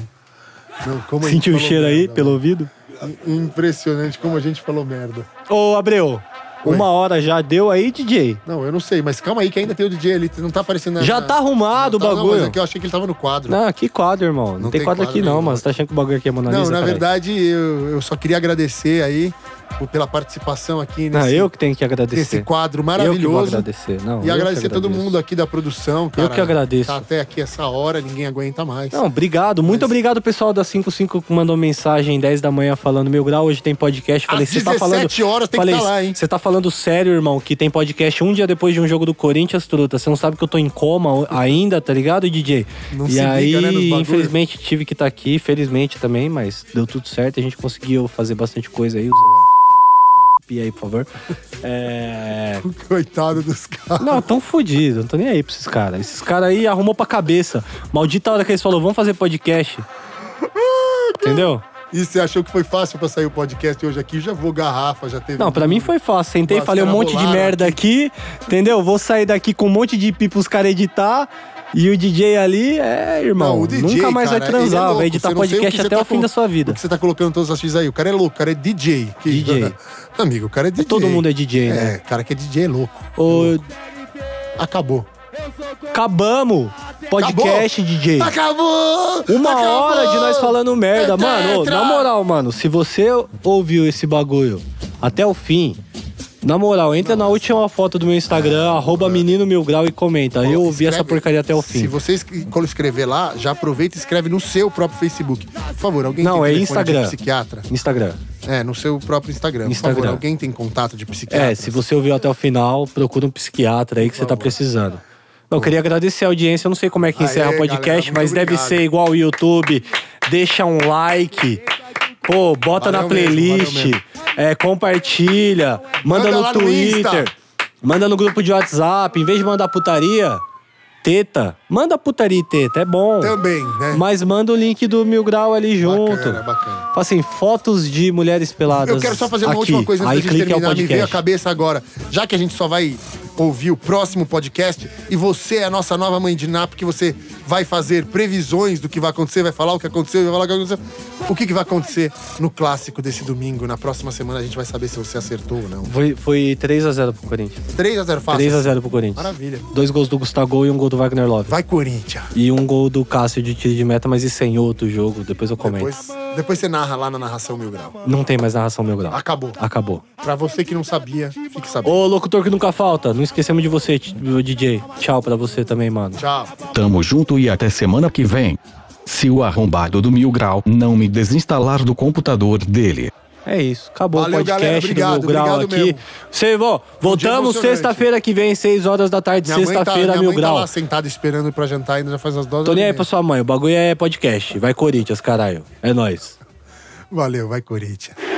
Não, como a gente
Sentiu o
falou
cheiro aí
merda,
pelo ouvido?
mano. Impressionante como a gente falou merda.
Ô, Abreu,
Oi.
uma hora já deu aí, DJ?
Não, eu não sei, mas calma aí que ainda tem o DJ ali, não tá aparecendo na-
Já
na-
tá arrumado o
Não tá- Não, mas
bagulho.
é que eu achei que ele tava no quadro.
Não, que quadro, irmão. Não, tem, quadro, aqui
nenhum.
não, mano. Você tá achando que o bagulho aqui é Mona
Não,
Lisa,
na
caralho?
verdade, eu, eu só queria agradecer aí por- pela participação aqui
Não,
nesse,
eu que tenho que agradecer.
nesse quadro
Eu que vou
maravilhoso.
agradecer. Não, eu
e
que
agradecer todo
agradeço.
mundo aqui da produção, cara.
que agradeço.
Tá até aqui essa hora, ninguém aguenta mais.
Não, obrigado. Muito obrigado, pessoal da 55 que mandou mensagem 10 da manhã falando: Meu grau, hoje tem podcast. Falei,
Às
você tá falando.
17 horas tem que
falei,
tá lá, hein?"
Você tá falando sério, irmão, que tem podcast um dia depois de um jogo do Corinthians, truta. Você não sabe que eu tô em coma ainda, tá ligado, DJ?
Não
e
se liga,
aí,
né, nos bagulho.
infelizmente, tive que estar aqui, felizmente também, mas deu tudo certo. A gente conseguiu fazer bastante coisa aí. Usa o Pi aí, por favor. É.
Coitado dos caras.
Não, tão fodido, não tô nem aí pra esses caras. Esses caras aí arrumou pra cabeça. Maldita hora que eles falaram, vamos fazer podcast. Entendeu?
E você achou que foi fácil pra sair o podcast hoje aqui? Já vou garrafa, já teve. um
Não, pra mim foi fácil. Sentei,
Os
falei um
caras
monte de
rolaram
merda aqui, entendeu? Vou sair daqui com um monte de pi pros caras editar. E o DJ ali, é, irmão,
Não, o DJ,
nunca mais
cara,
vai
ele é
transar,
louco.
vai editar
Você não sei
podcast
que você
até
tá
o fim
colo-
da sua vida.
O que você tá colocando todas essas X aí? O cara é louco, o cara é DJ. Que-
DJ.
Amigo, o cara é DJ.
Todo mundo é DJ, né?
É, o cara que é DJ é louco.
Ô,
Acabou.
acabamos! Podcast, DJ.
Acabou!
Uma
Acabou!
hora de nós falando merda.
É
mano, ô,
tetra!
na moral, mano, se você ouviu esse bagulho até o fim, na moral, entra na última foto do meu Instagram, arroba menino mil grau e comenta. Eu ouvi essa
Escreve-
porcaria até o
Se
fim.
você escre- quando escrever lá, já aproveita e escreve no seu próprio Facebook. Por favor, alguém
Não,
tem
é
telefone
Instagram.
de psiquiatra?
Instagram.
É, no seu próprio Instagram. Por
Instagram.
favor, alguém tem contato de psiquiatra?
É, se você ouviu até o final, procura um psiquiatra aí que você tá precisando. Não, eu queria agradecer a audiência. Eu não sei como é que
Aê,
encerra o
galera,
podcast,
muito
mas deve
obrigado.
ser igual o YouTube. Deixa um like. Pô, bota
Valeu
na
mesmo,
playlist.
valeu mesmo.
é, compartilha. Manda,
Manda
no
lá no
Twitter.
Insta.
manda no grupo de WhatsApp. Em vez de mandar putaria, teta. Manda putaria e teta, é bom.
Também, né?
Mas manda o link do Mil Grau ali junto.
bacana.
Fala assim, fotos de mulheres peladas.
Eu quero só fazer uma
aqui.
última coisa antes
Aí
da gente
clica ao
terminar. Me veio a
podcast.
cabeça agora. Já que a gente só vai ouvir o próximo podcast e você é a nossa nova mãe de Nap, que você vai fazer previsões do que vai acontecer, vai falar o que aconteceu, vai falar o que aconteceu. O que, que vai acontecer no clássico desse domingo? Na próxima semana a gente vai saber se você acertou ou não.
Foi, foi 3x0 pro Corinthians.
3x0 fácil.
3x0 pro Corinthians.
Maravilha.
Dois gols do Gustavo e um gol do Wagner Love.
Vai, Corinthians.
E um gol do Cássio de tiro de meta, mas isso é em outro jogo. Depois eu comento.
Depois, depois você narra lá na narração Mil Grau.
Não tem mais narração, meu grau.
Acabou.
Acabou.
Pra você que não sabia, fique sabendo.
Ô, locutor que nunca falta, não esquecemos de você, t- o DJ. Tchau pra você também, mano.
Tchau.
Tamo junto e até semana que vem. Se o arrombado do Mil Grau não me desinstalar do computador dele.
É isso. Acabou
Valeu,
o podcast
galera.
do
Obrigado,
Mil Grau
obrigado
aqui.
mesmo. Um
Sei, vó, voltamos
emocionante.
sexta-feira que vem, 6 horas da tarde.
Minha mãe tá-
Sexta-feira,
minha
Mil
mãe tá
Grau.
lá sentada esperando pra jantar ainda já faz as doses.
Tô nem aí pra sua mãe, o bagulho é podcast. Vai Corinthians, caralho. É nóis.
Valeu, vai, Corinthians.